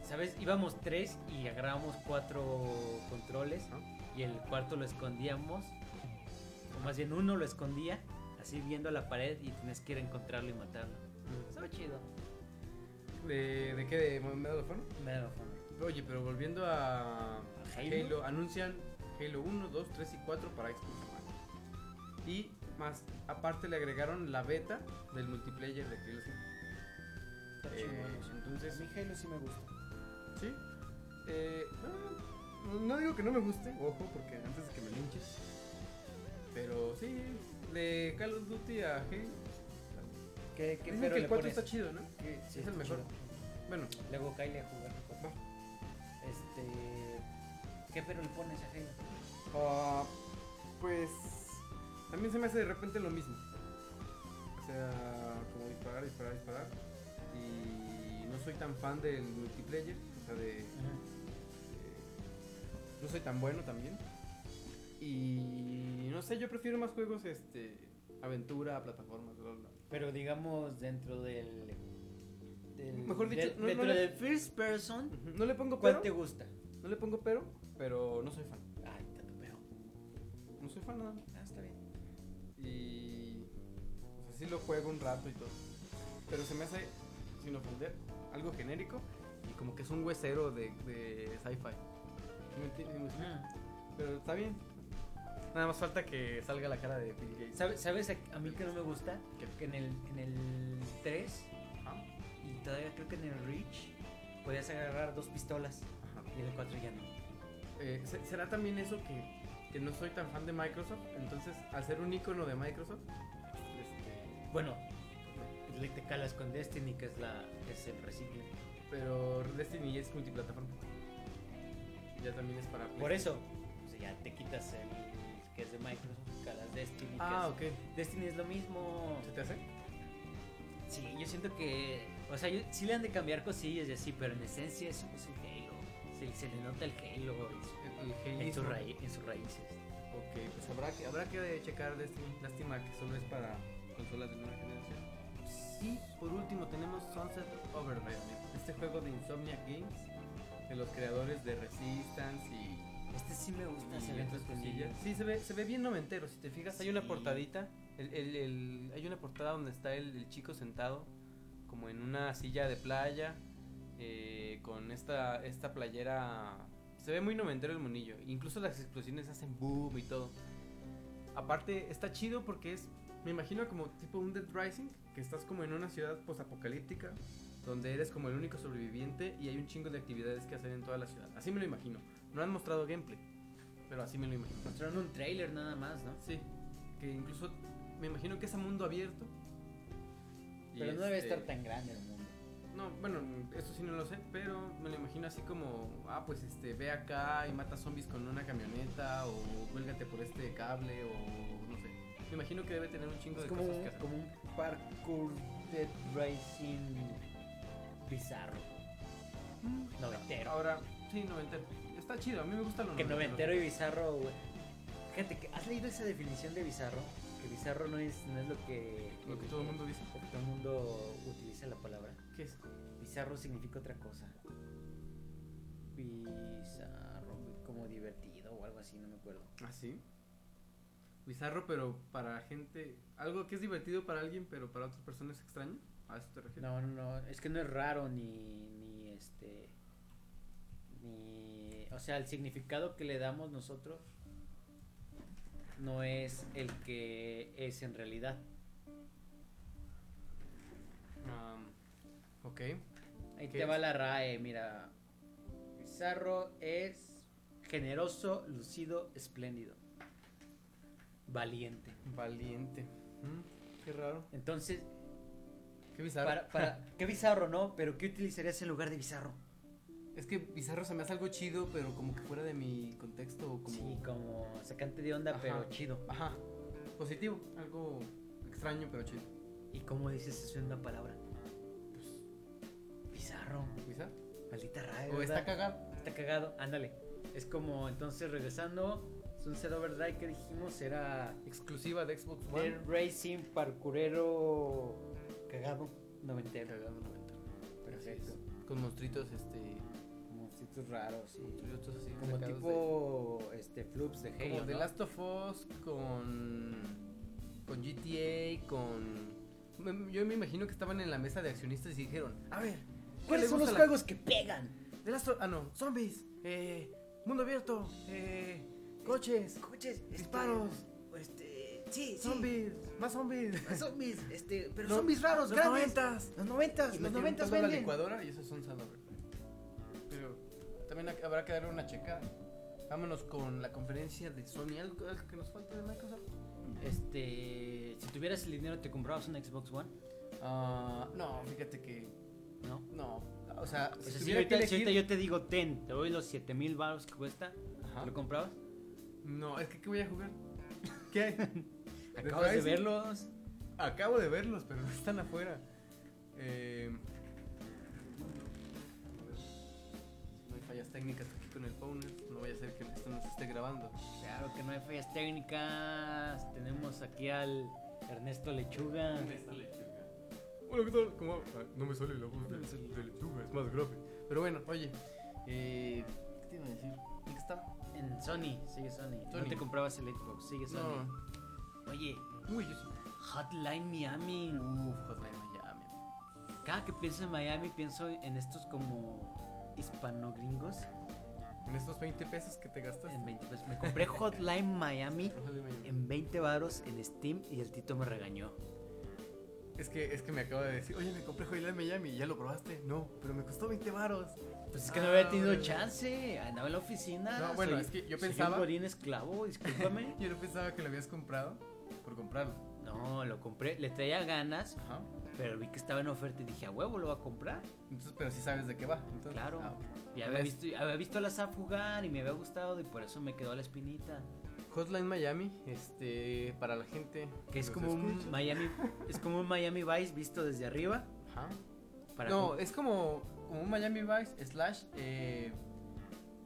Speaker 1: ¿Sabes? Íbamos tres y agarrábamos cuatro controles
Speaker 2: Ajá.
Speaker 1: y el cuarto lo escondíamos. O más bien uno lo escondía, así viendo la pared y tenías que ir a encontrarlo y matarlo.
Speaker 2: Mm.
Speaker 1: Estaba chido.
Speaker 2: ¿De, de qué? ¿De Medal of Honor?
Speaker 1: Medal of Honor.
Speaker 2: Oye, pero volviendo a Halo,
Speaker 1: Halo.
Speaker 2: anuncian Halo 1, 2, 3 y 4 para Xbox One. Y más, aparte le agregaron la beta del multiplayer de Halo 5.
Speaker 1: Está
Speaker 2: Eh,
Speaker 1: chingón eso.
Speaker 2: entonces,
Speaker 1: Mi Halo sí me gusta.
Speaker 2: sí. Eh, no, no digo que no me guste, ojo, porque antes de que me linches. Pero sí, de Call of Duty a Halo.
Speaker 1: ¿Qué, qué
Speaker 2: Dicen
Speaker 1: pero
Speaker 2: que el 4
Speaker 1: le pones?
Speaker 2: está chido, ¿no?
Speaker 1: Sí,
Speaker 2: es
Speaker 1: está
Speaker 2: el mejor.
Speaker 1: chido.
Speaker 2: Bueno,
Speaker 1: Luego Kyle a jugar mejor.
Speaker 2: va.
Speaker 1: Este. ¿Qué pero le pones a Halo?
Speaker 2: Ah, pues también se me hace de repente lo mismo. O sea, como disparar, disparar, disparar. Y no soy tan fan del multiplayer. O sea, de... eh, este, no soy tan bueno también. Y no sé, yo prefiero más juegos, este... Aventura, plataformas, bla, bla.
Speaker 1: Pero digamos dentro del. del-
Speaker 2: Mejor dicho,
Speaker 1: del-
Speaker 2: no- no
Speaker 1: dentro
Speaker 2: le-
Speaker 1: del first person,
Speaker 2: Ujú. No le pongo
Speaker 1: ¿cuál
Speaker 2: pero.
Speaker 1: te gusta?
Speaker 2: No le pongo pero, pero no soy fan.
Speaker 1: Ay, tanto pero.
Speaker 2: No soy fan nada.
Speaker 1: Ah, está bien.
Speaker 2: Y. O sea, sí lo juego un rato y todo. Pero se me hace, sin ofender, algo genérico y como que es un huesero de, de sci-fi. ¿Sí me enti- sí me explico? Pero está bien. Nada más falta que salga la cara de Bill Gates.
Speaker 1: ¿Sabes, sabes a, a mí que no me gusta?
Speaker 2: ¿Qué?
Speaker 1: Que en el, en el 3
Speaker 2: Ajá.
Speaker 1: y todavía creo que en el Reach podías agarrar dos pistolas
Speaker 2: Ajá.
Speaker 1: y en el 4 ya no.
Speaker 2: Eh, se- ¿Será también eso que, que no soy tan fan de Microsoft? Entonces, al ser un icono de Microsoft, este,
Speaker 1: Bueno, le te calas con Destiny, que es, la, que es el recicle.
Speaker 2: pero Destiny es multiplataforma. Ya también es para.
Speaker 1: Por
Speaker 2: PlayStation.
Speaker 1: eso, o sea, ya te quitas el que es de Microsoft, calas Destiny. que
Speaker 2: Ah,
Speaker 1: es-
Speaker 2: ok.
Speaker 1: Destiny es lo mismo.
Speaker 2: ¿Se te hace?
Speaker 1: Sí, yo siento que. O sea, yo- sí le han de cambiar cosillas y así, pero en esencia es, es un Halo. Se, se le nota el Halo en su-
Speaker 2: El,
Speaker 1: en, su
Speaker 2: halismo.
Speaker 1: raí- en sus raíces.
Speaker 2: Ok, pues habrá que, habrá que checar Destiny. Lástima que solo es para consolas de nueva generación. Y por último tenemos Sunset Overdrive, este juego de Insomnia Games, de los creadores de Resistance y,
Speaker 1: Este sí me gusta, se
Speaker 2: y
Speaker 1: le
Speaker 2: otras cosillas. Sí, se ve, se ve bien noventero, si te fijas, hay una
Speaker 1: Sí.
Speaker 2: portadita, el- el- el- hay una portada donde está el, el chico sentado como en una silla de playa, eh, con esta, esta playera. Se ve muy noventero el monillo. Incluso las explosiones hacen boom y todo. Aparte, está chido porque es. Me imagino como tipo un Dead Rising, que estás como en una ciudad posapocalíptica, donde eres como el único sobreviviente y hay un chingo de actividades que hacer en toda la ciudad. Así me lo imagino. No han mostrado gameplay, pero así me lo imagino.
Speaker 1: Mostraron un trailer nada más, ¿no?
Speaker 2: Sí, que incluso me imagino que es a mundo abierto. Y
Speaker 1: Pero no debe
Speaker 2: este,
Speaker 1: estar tan grande el mundo.
Speaker 2: No, bueno, eso sí no lo sé, pero me lo imagino así como, ah, pues este, ve acá y mata zombies con una camioneta o cuélgate por este cable o no sé. Me imagino que debe tener un chingo
Speaker 1: Es
Speaker 2: de
Speaker 1: como
Speaker 2: cosas
Speaker 1: un,
Speaker 2: que hacer.
Speaker 1: como un parkour de racing bizarro. Noventero.
Speaker 2: Ahora, sí, noventero. Está chido, a mí me gusta lo
Speaker 1: Que noventero y bizarro, güey. Fíjate, que ¿has leído esa definición de bizarro? Que bizarro no es, no es lo que...
Speaker 2: Lo que todo el mundo dice.
Speaker 1: lo que todo el mundo utiliza la palabra.
Speaker 2: ¿Qué es?
Speaker 1: Bizarro significa otra cosa. Bizarro, güey, como divertido o algo así, no me acuerdo.
Speaker 2: ¿Ah, sí? Bizarro, pero para gente. Algo que es divertido para alguien, pero para otra persona es extraño. ¿A eso te refieres?
Speaker 1: No, no, no, es que no es raro ni, ni este, ni, o sea, el significado que le damos nosotros no es el que es en realidad.
Speaker 2: Am, ok.
Speaker 1: Ahí
Speaker 2: ¿Qué
Speaker 1: te va
Speaker 2: es?
Speaker 1: la RAE, mira. Pizarro es generoso, lucido, espléndido, valiente.
Speaker 2: Valiente. Mm, Qué raro.
Speaker 1: Entonces,
Speaker 2: Qué bizarro.
Speaker 1: para, para, qué bizarro, ¿no? Pero ¿qué utilizarías en lugar de bizarro?
Speaker 2: Es que bizarro se me hace algo chido, pero como que fuera de mi contexto. o Como...
Speaker 1: Sí, como sacante de onda,
Speaker 2: Ajá.
Speaker 1: pero chido.
Speaker 2: Ajá. Positivo. Algo extraño, pero chido. Pues,
Speaker 1: ¿Y cómo dices eso en una palabra? Bizarro.
Speaker 2: ¿Bizarro?
Speaker 1: Maldita radio.
Speaker 2: O está cagado.
Speaker 1: Está cagado. Ándale. Es como entonces regresando. Sunset Overdrive que dijimos era.
Speaker 2: Exclusiva de Xbox One.
Speaker 1: Air Racing Parkurero. Cagado. Noventero.
Speaker 2: Cagado en momento.
Speaker 1: Perfecto.
Speaker 2: Con monstruitos, este.
Speaker 1: Como sitios raros. y-
Speaker 2: Monstruitos así.
Speaker 1: Como
Speaker 2: sacados de-
Speaker 1: tipo. Este, Flups de Halo.
Speaker 2: Como The
Speaker 1: ¿no?
Speaker 2: Last of Us con. con GTA, con. me- Yo me imagino que estaban en la mesa de accionistas y dijeron: A ver, ¿qué le
Speaker 1: ¿Cuáles son
Speaker 2: gusta
Speaker 1: los
Speaker 2: a la-
Speaker 1: juegos que pegan?
Speaker 2: The Last of Ah, no, zombies, eh, mundo abierto, eh, coches,
Speaker 1: Coches,
Speaker 2: disparos,
Speaker 1: Este. Sí,
Speaker 2: zombies, más zombies.
Speaker 1: Zombies, este. Pero
Speaker 2: Los-
Speaker 1: zombies raros,
Speaker 2: los
Speaker 1: grandes.
Speaker 2: noventas.
Speaker 1: Los noventas, los noventas
Speaker 2: la
Speaker 1: venden.
Speaker 2: licuadora y esos son Sador. Pero también ha- habrá que darle una checada. Vámonos con la conferencia de Sony. ¿Algo, algo que nos falta de Microsoft?
Speaker 1: Este, si tuvieras el dinero, ¿te comprabas un Xbox One?
Speaker 2: Ah, no, fíjate que
Speaker 1: ¿No?
Speaker 2: No, o sea,
Speaker 1: O
Speaker 2: si
Speaker 1: sea, si
Speaker 2: tuviera que
Speaker 1: Pues ahorita, si
Speaker 2: elegir-
Speaker 1: ahorita yo te digo, ten, te doy los 7000 mil baros que cuesta,
Speaker 2: Ajá.
Speaker 1: ¿te ¿lo comprabas?
Speaker 2: No, es que ¿qué voy a jugar? ¿Qué hay?
Speaker 1: Acabas de
Speaker 2: Horizon?
Speaker 1: verlos.
Speaker 2: Acabo de verlos, pero no están afuera. Eh... pues, No hay fallas técnicas aquí con el Powner. No vaya a ser que esto nos esté grabando.
Speaker 1: Claro que no hay fallas técnicas. Tenemos aquí al Ernesto Lechuga.
Speaker 2: Hola, ¿qué tal? ¿Cómo? va? Ah, No me sale la voz de, de lechuga, es más grave. Pero bueno, oye. Eh... ¿Qué te iba a decir? ¿En qué estaba?
Speaker 1: En Sony, sigue Sony. No
Speaker 2: Sony.
Speaker 1: te comprabas el Xbox, sigue Sony.
Speaker 2: No.
Speaker 1: Oye,
Speaker 2: Uy, yo sí.
Speaker 1: Hotline Miami. uh,
Speaker 2: Uf, Hotline Miami.
Speaker 1: Cada que pienso en Miami, pienso en estos como hispanogringos.
Speaker 2: Con estos 20 pesos que te gastas.
Speaker 1: En 20 pesos. Me compré Hotline Miami.
Speaker 2: Hotline Miami.
Speaker 1: en 20 varos en Steam y el Tito me regañó.
Speaker 2: Es que, es que me acaba de decir, oye, me compré Hotline Miami, ¿ya lo probaste? No, pero me costó 20 varos.
Speaker 1: Pues es que no
Speaker 2: Ah,
Speaker 1: había tenido
Speaker 2: órale.
Speaker 1: chance, andaba en la oficina.
Speaker 2: No, bueno, es que yo pensaba-
Speaker 1: Soy un godín esclavo, discúlpame.
Speaker 2: Yo no pensaba que lo habías comprado por comprarlo.
Speaker 1: no, lo compré, le traía ganas,
Speaker 2: Ajá.
Speaker 1: pero vi que estaba en oferta y dije, a huevo, lo voy a comprar.
Speaker 2: Entonces, pero sí sabes de qué va. Entonces,
Speaker 1: Claro.
Speaker 2: Ah, ok.
Speaker 1: Y había
Speaker 2: ¿Ves?
Speaker 1: visto, había visto a la SAP jugar y me había gustado y por eso me quedó la espinita.
Speaker 2: Hotline Miami, este, para la gente
Speaker 1: Que es
Speaker 2: nos
Speaker 1: como un
Speaker 2: escucha.
Speaker 1: Miami, es como un Miami Vice visto desde arriba.
Speaker 2: Ajá.
Speaker 1: Para
Speaker 2: No, es como, como un Miami Vice slash eh,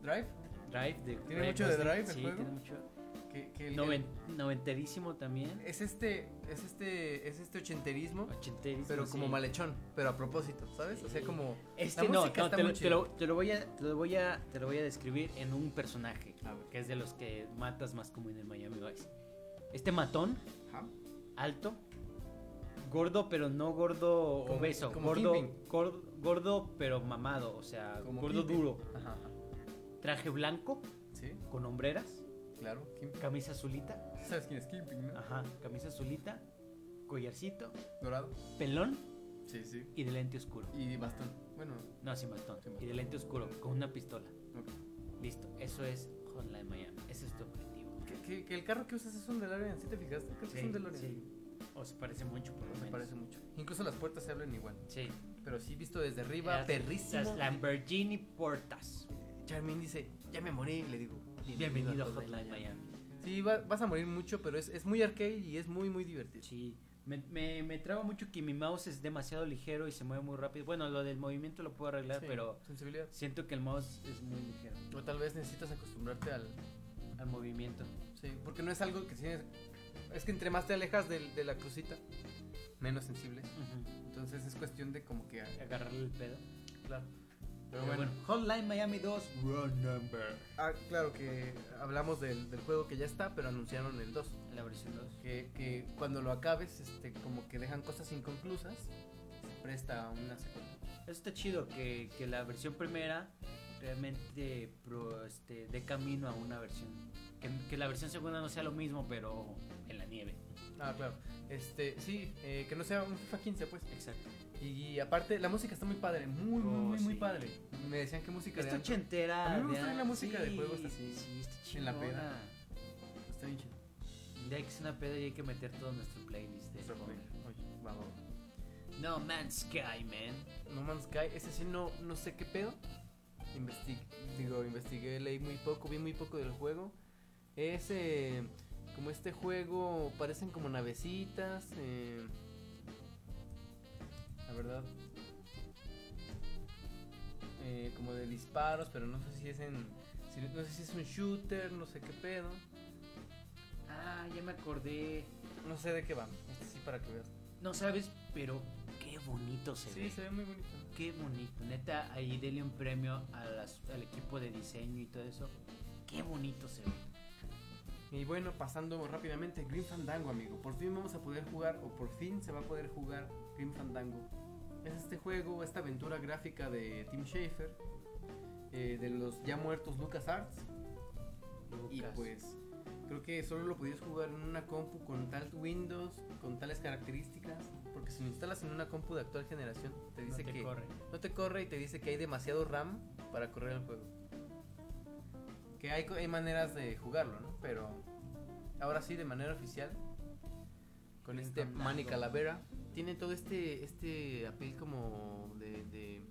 Speaker 2: Drive.
Speaker 1: con- Drive de
Speaker 2: ¿Tiene
Speaker 1: Ryan
Speaker 2: mucho de
Speaker 1: Gosling.
Speaker 2: Drive el
Speaker 1: Sí,
Speaker 2: juego?
Speaker 1: tiene mucho.
Speaker 2: Que, que el-
Speaker 1: Noven- noventerísimo también.
Speaker 2: es este, es este, es este ochenterismo,
Speaker 1: Ochenterísimo.
Speaker 2: pero como
Speaker 1: sí.
Speaker 2: malechón, pero a propósito, ¿sabes? O sea,
Speaker 1: Sí.
Speaker 2: como...
Speaker 1: Este
Speaker 2: La
Speaker 1: no,
Speaker 2: música
Speaker 1: no,
Speaker 2: está
Speaker 1: te, lo,
Speaker 2: muy
Speaker 1: te
Speaker 2: chida.
Speaker 1: lo- te lo voy a, te lo voy a, te lo voy a describir en un personaje
Speaker 2: A ver.
Speaker 1: que es de los que matas más como en el Miami Vice. Este matón,
Speaker 2: Ajá.
Speaker 1: alto, gordo pero no gordo
Speaker 2: Como-
Speaker 1: obeso,
Speaker 2: como
Speaker 1: gordo,
Speaker 2: Kingpin.
Speaker 1: gordo, gordo pero mamado, o sea,
Speaker 2: Como
Speaker 1: gordo
Speaker 2: Kingpin.
Speaker 1: duro.
Speaker 2: Ajá, ajá.
Speaker 1: Traje blanco
Speaker 2: Sí,
Speaker 1: con hombreras,
Speaker 2: claro. Kim-
Speaker 1: camisa azulita,
Speaker 2: ¿Sabes quién es Kimping, no?
Speaker 1: ajá, camisa azulita, collarcito,
Speaker 2: Dorado.
Speaker 1: pelón
Speaker 2: Sí, sí.
Speaker 1: y de lente oscuro.
Speaker 2: Y bastón. Bueno,
Speaker 1: No, sin bastón,
Speaker 2: Sin
Speaker 1: y de
Speaker 2: bastón.
Speaker 1: lente oscuro con una pistola.
Speaker 2: ok.
Speaker 1: Listo, eso es Hotline Miami, ese es tu objetivo.
Speaker 2: que, que- que el carro que usas es un DeLorean, ¿sí te fijaste? Creo que es un DeLorean.
Speaker 1: sí. O se parece mucho, por lo
Speaker 2: Me
Speaker 1: menos.
Speaker 2: parece mucho. Incluso las puertas se hablan igual.
Speaker 1: Sí.
Speaker 2: Pero sí visto desde arriba,
Speaker 1: Las-
Speaker 2: perrísimo.
Speaker 1: Las Lamborghini Portas.
Speaker 2: Charmin dice, ya me morí. Le digo,
Speaker 1: Bienvenido a Hotline Miami.
Speaker 2: Sí, va- vas a morir mucho, pero es, es muy arcade y es muy, muy divertido.
Speaker 1: Sí, me, me, me traba mucho que mi mouse es demasiado ligero y se mueve muy rápido. Bueno, lo del movimiento lo puedo arreglar,
Speaker 2: Sí,
Speaker 1: pero
Speaker 2: Sensibilidad.
Speaker 1: siento que el mouse es muy ligero
Speaker 2: O tal vez necesitas acostumbrarte al...
Speaker 1: al movimiento.
Speaker 2: Sí, porque no es algo que tienes... Es que entre más te alejas del- de, la crucita, menos sensible. Entonces es cuestión de como que...
Speaker 1: Agarrarle el pedo.
Speaker 2: Claro.
Speaker 1: Pero bueno, Hotline Miami 2, Run Number.
Speaker 2: Ah, claro que hablamos del, del juego que ya está, pero anunciaron el 2.
Speaker 1: La versión 2.
Speaker 2: Que, que cuando lo acabes, este, como que dejan cosas inconclusas, se presta a una secuela.
Speaker 1: Eso está chido, que, que la versión primera realmente pro, este, dé camino a una versión. Que, que la versión segunda no sea lo mismo, pero en la nieve.
Speaker 2: Ah, claro. Este, sí, eh, que no sea un FIFA 15, pues.
Speaker 1: Exacto.
Speaker 2: Y, y aparte, la música está muy padre, muy, muy,
Speaker 1: Oh,
Speaker 2: muy, muy
Speaker 1: sí.
Speaker 2: padre. Me decían que música de
Speaker 1: Está
Speaker 2: antro.
Speaker 1: ochentera.
Speaker 2: A mí me gusta
Speaker 1: de-
Speaker 2: la música de juegos así,
Speaker 1: Sí, está
Speaker 2: en la
Speaker 1: chingona.
Speaker 2: peda. Está bien chido.
Speaker 1: Ya que es una peda y hay que meter todo nuestro playlist de
Speaker 2: Nuestro
Speaker 1: cover.
Speaker 2: juego. Oye, vamos.
Speaker 1: No Man's Sky, man.
Speaker 2: No Man's Sky, ese sí no, no sé qué pedo. Investigué, digo, investigué, leí muy poco, vi muy poco del juego. Es eh, como este juego, parecen como navecitas. eh, la verdad. eh, como de disparos, pero no sé si es en... si- no sé si es un shooter, no sé qué pedo.
Speaker 1: Ah, ya me acordé.
Speaker 2: No sé de qué va. Este sí para que veas.
Speaker 1: No sabes, pero qué bonito se
Speaker 2: Sí,
Speaker 1: ve.
Speaker 2: se ve muy bonito.
Speaker 1: Qué bonito. Neta, ahí dele un premio a las- al equipo de diseño y todo eso. Qué bonito se ve.
Speaker 2: Y bueno, pasando rápidamente, Green Fandango, amigo. Por fin vamos a poder jugar, o por fin se va a poder jugar Green Fandango. Es este juego, esta aventura gráfica de Tim Schafer, eh, de los ya muertos LucasArts. Y
Speaker 1: Lucas.
Speaker 2: pues, creo que solo lo podías jugar en una compu con tal Windows, con tales características. Porque si lo instalas en una compu de actual generación, te
Speaker 1: No
Speaker 2: dice
Speaker 1: te
Speaker 2: que
Speaker 1: corre.
Speaker 2: no te corre y te dice que hay demasiado RAM para correr el juego. Que hay, co- hay maneras de jugarlo, ¿no? Pero ahora sí, de manera oficial, con
Speaker 1: Green
Speaker 2: este
Speaker 1: Fandango.
Speaker 2: Manny Calavera, tiene todo este, este apel como de, de,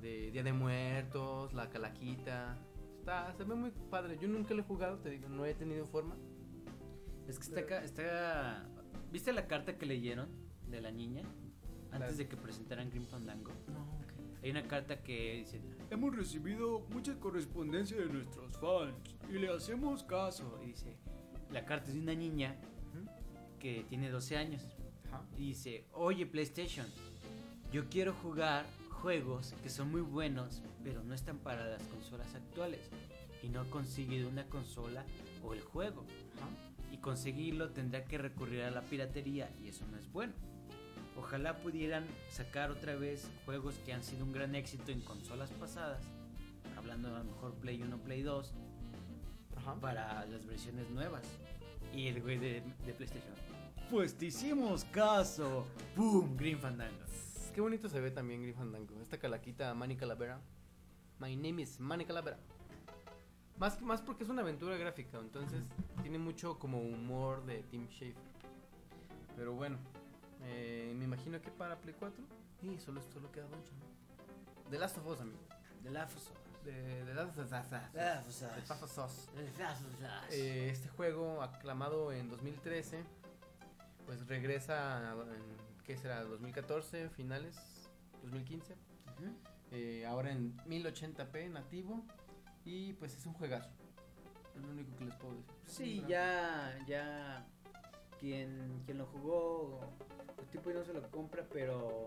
Speaker 2: de Día de Muertos, la calaquita. Está, se ve muy padre. Yo nunca lo he jugado, te digo, no he tenido forma.
Speaker 1: Es que está acá, está... ¿Viste la carta que leyeron de la niña? Antes de que presentaran Grim Fandango.
Speaker 2: No,
Speaker 1: Hay una carta que dice...
Speaker 5: Hemos recibido mucha correspondencia de nuestros fans y le hacemos caso.
Speaker 1: Y dice... La carta es de una niña que tiene 12 años. Y dice, oye PlayStation, yo quiero jugar juegos que son muy buenos, pero no están para las consolas actuales. Y no he conseguido una consola o el juego. Y conseguirlo tendrá que recurrir a la piratería y eso no es bueno. Ojalá pudieran sacar otra vez juegos que han sido un gran éxito en consolas pasadas. Hablando a lo mejor Play 1, Play 2,
Speaker 2: Ajá.
Speaker 1: para las versiones nuevas. Y el güey de, de PlayStation.
Speaker 5: Pues te hicimos caso.
Speaker 1: ¡Boom! Green Fandango.
Speaker 2: Qué bonito se ve también Green Fandango. Esta calaquita Manny Calavera. My name is Manny Calavera. Más, más porque es una aventura gráfica, entonces tiene mucho como humor de Tim Schafer. Pero bueno, eh, me imagino que para Play 4. Y solo esto lo queda mucho, ¿no? The Last of Us, amigo.
Speaker 1: De la Fuso.
Speaker 2: De, de Last of Us.
Speaker 1: De la Fuso.
Speaker 2: The Last of Us.
Speaker 1: De la Fuso.
Speaker 2: Eh, este juego, aclamado en 2013, pues regresa, en, ¿qué será? ¿2014? ¿Finales? ¿2015?
Speaker 1: Ujú.
Speaker 2: eh, ahora en 1080p nativo y pues es un juegazo. Es lo único que les puedo decir.
Speaker 1: Sí, ya, ya. Quien, quien lo jugó, el tipo no se lo compra, pero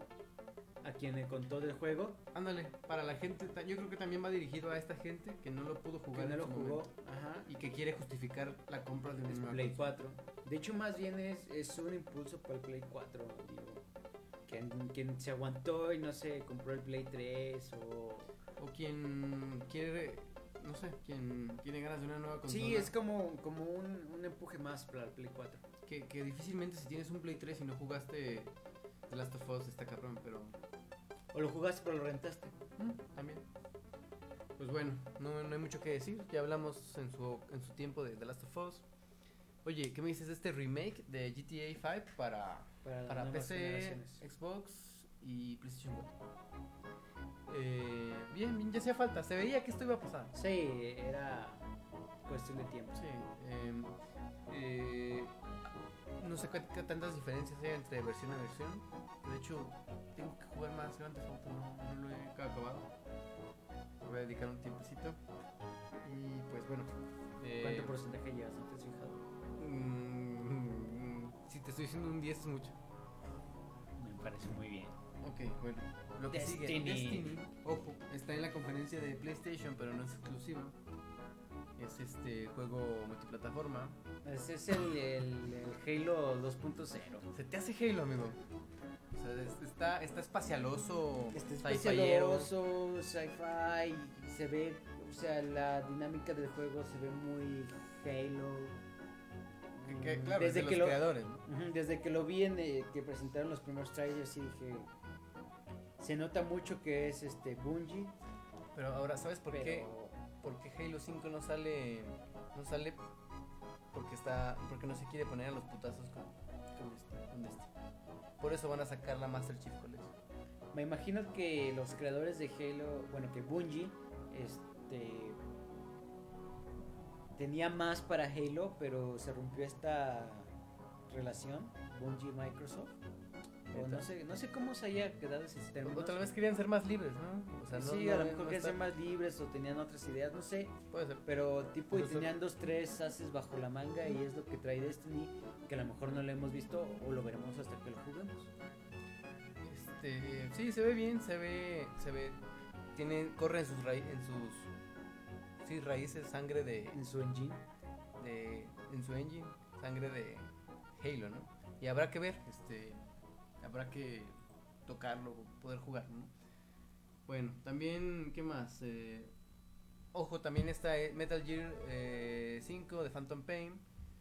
Speaker 1: a quien le contó del juego,
Speaker 2: Ándale, para la gente, ta- yo creo que también va dirigido a esta gente que no lo pudo
Speaker 1: que
Speaker 2: jugar
Speaker 1: no
Speaker 2: en
Speaker 1: lo
Speaker 2: su
Speaker 1: jugó,
Speaker 2: momento
Speaker 1: ajá,
Speaker 2: y que quiere justificar la compra de
Speaker 1: es
Speaker 2: un
Speaker 1: Play 4. De hecho, más bien es, es un impulso para el Play 4, digo. Quien, quien se aguantó y no se compró el Play 3 o...
Speaker 2: O quien quiere, no sé, quien tiene ganas de una nueva consola.
Speaker 1: Sí, es como, como un, un empuje más para el Play 4.
Speaker 2: que, que difícilmente si tienes un Play 3 y no jugaste The Last of Us está cabrón, pero
Speaker 1: O lo jugaste pero lo rentaste.
Speaker 2: También. Pues bueno, no, no hay mucho que decir. Ya hablamos en su, en su tiempo de The Last of Us. Oye, ¿qué me dices de este remake de GTA V para,
Speaker 1: Para eh. las
Speaker 2: para
Speaker 1: nuevas
Speaker 2: PC,
Speaker 1: generaciones.
Speaker 2: Xbox y PlayStation 4? Eh, bien, bien, ya hacía falta. Se veía que esto iba a pasar.
Speaker 1: Sí, era cuestión de tiempo.
Speaker 2: Sí. eh, eh, no sé qué, qué tantas diferencias hay entre versión a versión. De hecho, tengo que jugar más Grand Theft Auto, no, no lo he acabado. Me voy a dedicar un tiempecito. Y pues bueno. eh,
Speaker 1: ¿Cuánto porcentaje llevas? ¿No te has fijado?
Speaker 2: mm, si te estoy diciendo un 10 es mucho.
Speaker 1: Me parece muy bien.
Speaker 2: Ok, bueno. Lo que sigue,
Speaker 1: Destiny.
Speaker 2: Destiny, ojo, está en la conferencia de PlayStation, pero no es exclusiva. Es este juego multiplataforma.
Speaker 1: Ese es el, el- el Halo 2.0.
Speaker 2: Se te hace Halo, amigo. O sea, es- está, está espacialoso,
Speaker 1: Este es
Speaker 2: sci-fiero.
Speaker 1: precioso, sci-fi, y se ve, o sea, la dinámica del juego se ve muy Halo.
Speaker 2: Que- que, claro,
Speaker 1: Desde
Speaker 2: es de
Speaker 1: que
Speaker 2: los
Speaker 1: lo-
Speaker 2: creadores, ¿no?
Speaker 1: Ujú, Desde que lo vi en eh, que presentaron los primeros trailers y dije, se nota mucho que es este Bungie,
Speaker 2: Pero ahora, ¿sabes por
Speaker 1: pero
Speaker 2: qué? ¿Por qué Halo 5 no sale? No sale porque está. porque no se quiere poner a los putazos con, con este, con este. Por eso van a sacar la Master Chief Collection.
Speaker 1: me imagino que los creadores de Halo, bueno, que Bungie, este tenía más para Halo, pero se rompió esta relación Bungie Microsoft. O no
Speaker 2: Neta.
Speaker 1: sé, no sé cómo se haya quedado ese sistema.
Speaker 2: O tal vez querían ser más libres, ¿no? O sea, no,
Speaker 1: sí,
Speaker 2: no-
Speaker 1: a lo
Speaker 2: no
Speaker 1: mejor querían
Speaker 2: está-
Speaker 1: ser más libres o tenían otras ideas, no sé.
Speaker 2: Puede ser.
Speaker 1: Pero tipo y
Speaker 2: Pues,
Speaker 1: tenían dos, tres haces bajo la manga y es lo que trae Destiny, que a lo mejor no lo hemos visto o lo veremos hasta que lo juguemos.
Speaker 2: Este, sí, se ve bien, se ve, se ve, tiene, corre en sus raíces, en sus, sí, raíces, sangre de,
Speaker 1: En su engine.
Speaker 2: de, en su engine, sangre de Halo, ¿no? Y habrá que ver, este, habrá que tocarlo, poder jugarlo, ¿no? Bueno, también, ¿qué más? Eh, ojo, también está eh, Metal Gear eh, 5 de Phantom Pain.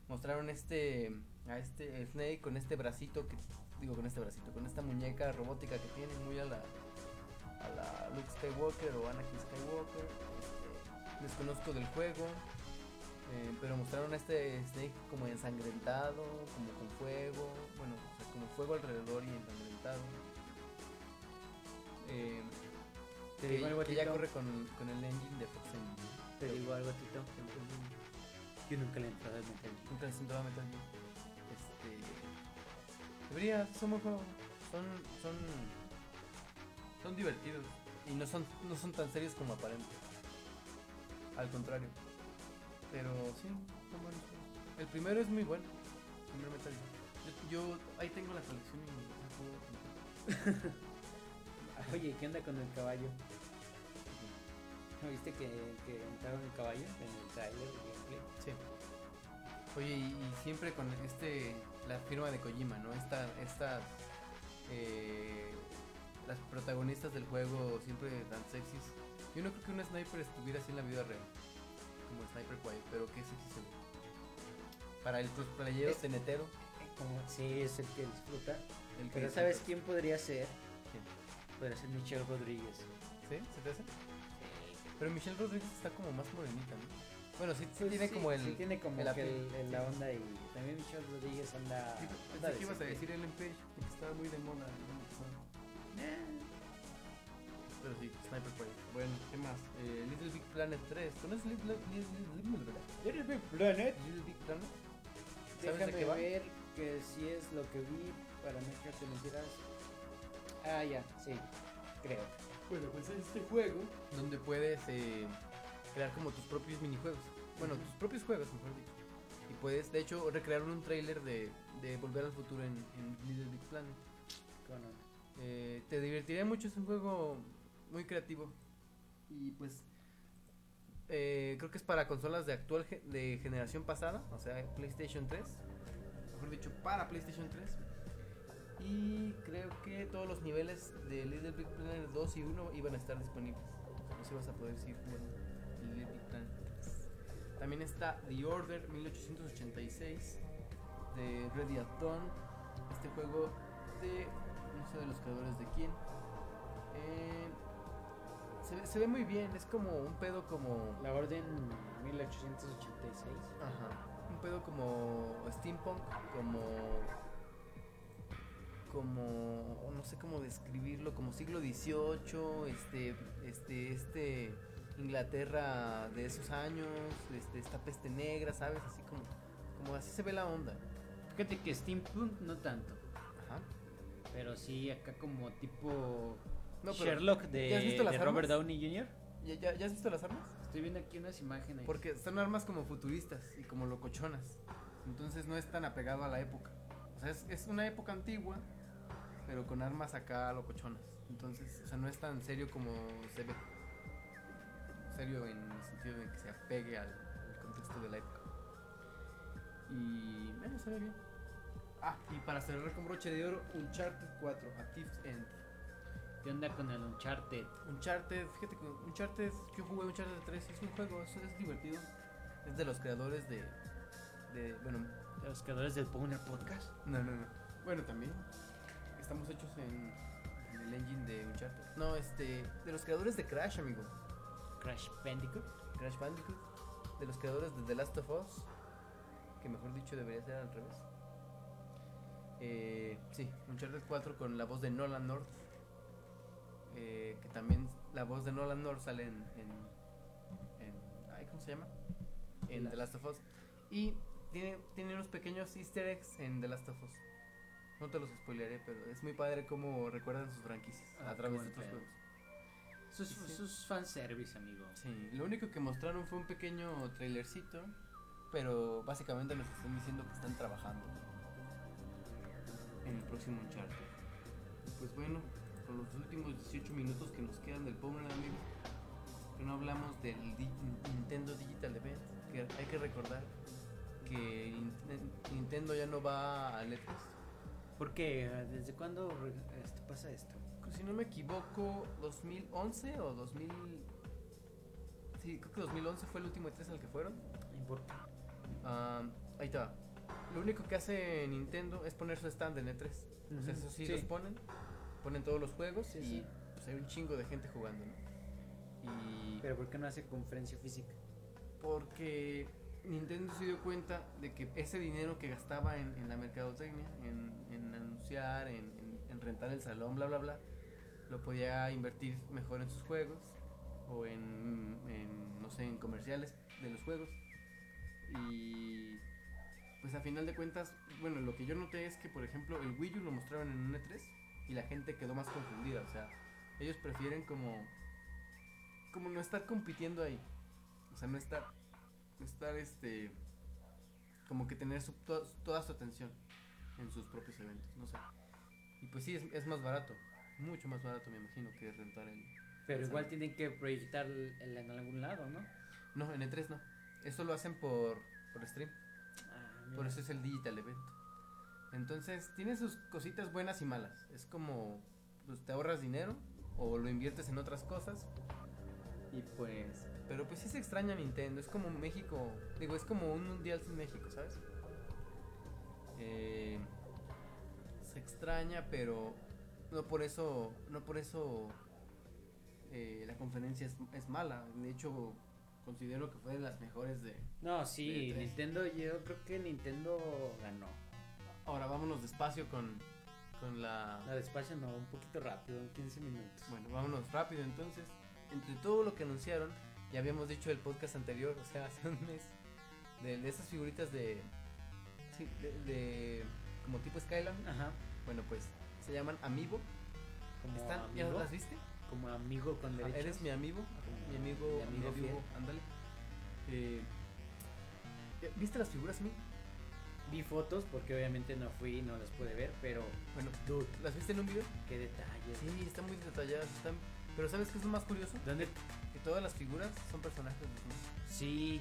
Speaker 2: Mostraron este, a este Snake con este bracito que, digo, con este bracito, con esta muñeca robótica que tiene muy a la, a la Luke Skywalker o Anakin Skywalker. Este, desconozco del juego. Eh, pero mostraron a este Snake como ensangrentado, como con fuego, bueno, o sea, como fuego alrededor y ensangrentado. Eh,
Speaker 1: Te
Speaker 2: que-
Speaker 1: digo algo,
Speaker 2: que ya
Speaker 1: Tito.
Speaker 2: corre con, con el engine de Fox Engine.
Speaker 1: Te digo algo, Tito. Yo nunca le he entrado al Metal Gear.
Speaker 2: Nunca les intentaba meter yo. Este. Debería, son muy buenos. Son. son. son divertidos. Y no son, no son tan serios como aparentan. Al contrario. Pero sí, son buenos. juegos. El primero es muy bueno. El primer Metal Gear. Yo, yo ahí tengo la colección y no puedo comprar.
Speaker 1: Oye, ¿qué onda con el caballo? ¿No viste que, que entraron el caballo en el trailer el gameplay?
Speaker 2: Sí. Oye, y, y siempre con este la firma de Kojima, ¿no? Esta, estas eh, las protagonistas del juego siempre tan sexys. Yo no creo que una sniper estuviera así en la vida real, como sniper quiet, pero qué sexy se ve. Para el cosplayero
Speaker 1: Es-
Speaker 2: tenetero,
Speaker 1: Eh, Como, sí, es el que disfruta.
Speaker 2: el que
Speaker 1: Pero
Speaker 2: disfruta.
Speaker 1: ¿sabes quién podría ser?
Speaker 2: ¿Quién?
Speaker 1: Podría ser Michelle Rodríguez.
Speaker 2: ¿Sí? ¿Se te hace? Pero Michelle Rodríguez está como más morenita, ¿no? Bueno, sí, sí tiene
Speaker 1: Pues Sí,
Speaker 2: como el.
Speaker 1: sí, tiene como
Speaker 2: el
Speaker 1: que el-
Speaker 2: apil.
Speaker 1: el- la onda y también Michelle Rodríguez anda.
Speaker 2: Sí,
Speaker 1: anda
Speaker 2: Pensé que ibas a
Speaker 1: decente.
Speaker 2: decir Ellen Page, porque estaba muy de moda. ¿no?
Speaker 1: Eh.
Speaker 2: Pero sí, Sniper Quest. Bueno, ¿qué más? Eh, Little Big Planet 3. ¿Conoces Little,
Speaker 1: Little Big Planet.
Speaker 2: Little Big Planet? ¿Sabes de
Speaker 1: Déjame
Speaker 2: qué va?
Speaker 1: ver que si es lo que vi para no echarte mentiras. Ah, ya, sí, creo.
Speaker 2: Bueno, pues es este juego donde puedes eh, crear como tus propios minijuegos. Bueno, tus propios juegos, mejor dicho. Y puedes, de hecho, recrearon un tráiler de, de Volver al Futuro en, en Little Big Planet.
Speaker 1: Con un-
Speaker 2: Eh, te divertiría mucho, es un juego muy creativo. Y pues eh, creo que es para consolas de actual ge- de generación pasada, o sea, PlayStation 3. Mejor dicho, para PlayStation 3. Y creo que todos los niveles de Little Big Planet 2 y 1 iban a estar disponibles. No sé vas a poder seguir jugando Little Big Planet 3. También está The Order 1886 de Ready at Dawn. Este juego de no sé de los creadores de quién. Eh, se, ve- se ve muy bien, es como un pedo como...
Speaker 1: La Orden 1886.
Speaker 2: Ajá. un pedo como steampunk, como como no sé cómo describirlo, como siglo XVIII, este este este Inglaterra de esos años, este esta peste negra, ¿sabes? Así como como así se ve la onda.
Speaker 1: Fíjate que steampunk no tanto,
Speaker 2: Ajá.
Speaker 1: pero sí acá como tipo
Speaker 2: No, pero
Speaker 1: Sherlock de,
Speaker 2: ¿ya has visto las
Speaker 1: de Robert
Speaker 2: armas?
Speaker 1: Downey Jr.
Speaker 2: ¿Ya, ya, ya has visto las armas?
Speaker 1: Estoy viendo aquí unas imágenes.
Speaker 2: Porque son armas como futuristas y como locochonas. Entonces no es tan apegado a la época. O sea, es, es una época antigua, pero con armas acá locochonas. Entonces, o sea, no es tan serio como se ve. Serio en el sentido de que se apegue al, al contexto de la época. Y bueno, se ve bien. Ah, y para cerrar con broche de oro, Uncharted 4, A Thief's End.
Speaker 1: ¿Qué onda con el Uncharted?
Speaker 2: Uncharted, fíjate que Uncharted, yo jugué Uncharted 3, es un juego, es, es divertido. Es de los creadores de, de. Bueno,
Speaker 1: ¿De los creadores del Powner Podcast?
Speaker 2: no, no, no. Bueno, también. Estamos hechos en, en el engine de Uncharted. No, este. De los creadores de Crash, amigo.
Speaker 1: Crash Bandicoot.
Speaker 2: Crash Bandicoot. De los creadores de The Last of Us. Que mejor dicho debería ser al revés. Eh, sí, Uncharted 4 con la voz de Nolan North. Eh, que también la voz de Nolan North sale en. en- en- ay, ¿Cómo se llama? En The Last of Us. Y tiene, tiene unos pequeños easter eggs en The Last of Us. No te los spoileré, pero es muy padre cómo recuerdan sus franquicias a
Speaker 1: Ah, qué
Speaker 2: través
Speaker 1: buen
Speaker 2: de otros
Speaker 1: pedo.
Speaker 2: juegos.
Speaker 1: Sus,
Speaker 2: Sí.
Speaker 1: sus fanservice, amigo.
Speaker 2: Sí, lo único que mostraron fue un pequeño trailercito, pero básicamente nos están diciendo que están trabajando en el próximo Uncharted. Y Pues bueno, con los últimos 18 minutos que nos quedan del Pokémon amigo, que no hablamos del di- Nintendo Digital Event, que hay que recordar que Nint- Nintendo ya no va a E3.
Speaker 1: ¿Por qué? ¿Desde cuándo re- este, pasa esto?
Speaker 2: Si no me equivoco, 2011 o 2000... Sí, creo que 2011 fue el último E3 al que fueron.
Speaker 1: No importa.
Speaker 2: Ah, ahí está. Lo único que hace Nintendo es poner su stand en E3. O sea, eso sí, los ponen. Ponen todos los juegos
Speaker 1: Sí,
Speaker 2: y
Speaker 1: sí.
Speaker 2: pues, hay un chingo de gente jugando, ¿no? Y
Speaker 1: Pero ¿por qué no hace conferencia física?
Speaker 2: porque Nintendo se dio cuenta de que ese dinero que gastaba en, en la mercadotecnia, en, en anunciar, en, en- en rentar el salón, bla, bla, bla, lo podía invertir mejor en sus juegos o en, en, no sé, en comerciales de los juegos. Y pues a final de cuentas, bueno, lo que yo noté es que, por ejemplo, el Wii U lo mostraron en un E3 y la gente quedó más confundida, o sea, ellos prefieren como, como no estar compitiendo ahí. O sea, no estar. no Estar este. Como que tener su- to- toda su atención en sus propios eventos, no sé. Y pues sí, es, es más barato. Mucho más barato, me imagino, que rentar el.
Speaker 1: Pero
Speaker 2: Pensando.
Speaker 1: igual tienen que proyectar el- el- en algún lado, ¿no?
Speaker 2: No, en E3 no. Eso lo hacen por, por stream.
Speaker 1: Ah,
Speaker 2: Por eso es el digital event. Entonces, tiene sus cositas buenas y malas. Es como, pues te ahorras dinero o lo inviertes en otras cosas. Y pues, pero pues sí se extraña Nintendo. Es como México, digo, es como un mundial sin México, ¿sabes? Eh, se extraña, pero no por eso, no por eso eh, la conferencia es, es mala. De hecho, considero que fue de las mejores de,
Speaker 1: No, sí,
Speaker 2: De tres.
Speaker 1: Nintendo, yo creo que Nintendo ganó.
Speaker 2: Ahora vámonos despacio con, con la...
Speaker 1: No, despacio no, un poquito rápido, en 15 minutos.
Speaker 2: Bueno, vámonos rápido entonces. Entre todo lo que anunciaron, ya habíamos dicho el podcast anterior, o sea, hace un mes, de, de esas figuritas de, sí, de... de- como tipo Skyland.
Speaker 1: Ajá,
Speaker 2: Bueno, pues se llaman Amiibo.
Speaker 1: como
Speaker 2: Están, ¿Ya
Speaker 1: amigo.
Speaker 2: las viste?
Speaker 1: Como amigo con
Speaker 2: Ah,
Speaker 1: derechos.
Speaker 2: eres mi amigo.
Speaker 1: Como
Speaker 2: Mi amigo...
Speaker 1: mi amigo fiel.
Speaker 2: Ándale. Eh, ¿Viste las figuras, mi?
Speaker 1: Vi fotos porque obviamente no fui y no las pude ver, pero
Speaker 2: Bueno,
Speaker 1: dude,
Speaker 2: ¿las viste en un video?
Speaker 1: qué detalles.
Speaker 2: Sí, están muy detalladas. Están... Pero ¿sabes qué es lo más curioso?
Speaker 1: ¿Dónde?
Speaker 2: Que todas las figuras son personajes de Disney.
Speaker 1: Sí,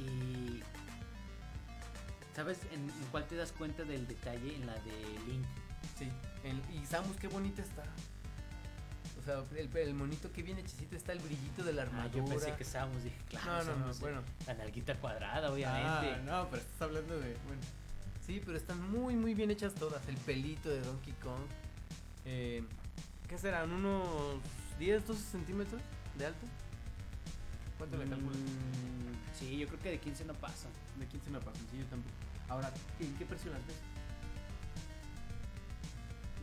Speaker 1: y ¿sabes en, en cuál te das cuenta del detalle? En la de Link.
Speaker 2: Sí. el- y Samus, qué bonita está. O sea, el, el monito que bien hechecito está, el brillito de la
Speaker 1: Ah,
Speaker 2: armadura.
Speaker 1: yo pensé que Samus, dije,
Speaker 2: No, no,
Speaker 1: claro,
Speaker 2: no,
Speaker 1: Samus,
Speaker 2: bueno.
Speaker 1: La nalguita cuadrada,
Speaker 2: Ah,
Speaker 1: obviamente.
Speaker 2: no, pero estás hablando de. Bueno. Sí, pero están muy, muy bien hechas todas. El pelito de Donkey Kong. Eh, ¿Qué serán? ¿Unos 10, 12 centímetros de alto? ¿Cuánto le calculas?
Speaker 1: Mm, Sí, yo creo que de 15 no pasa.
Speaker 2: Mm. De 15 me pasan, sí, yo también. Ahora, ¿en qué precio las ves?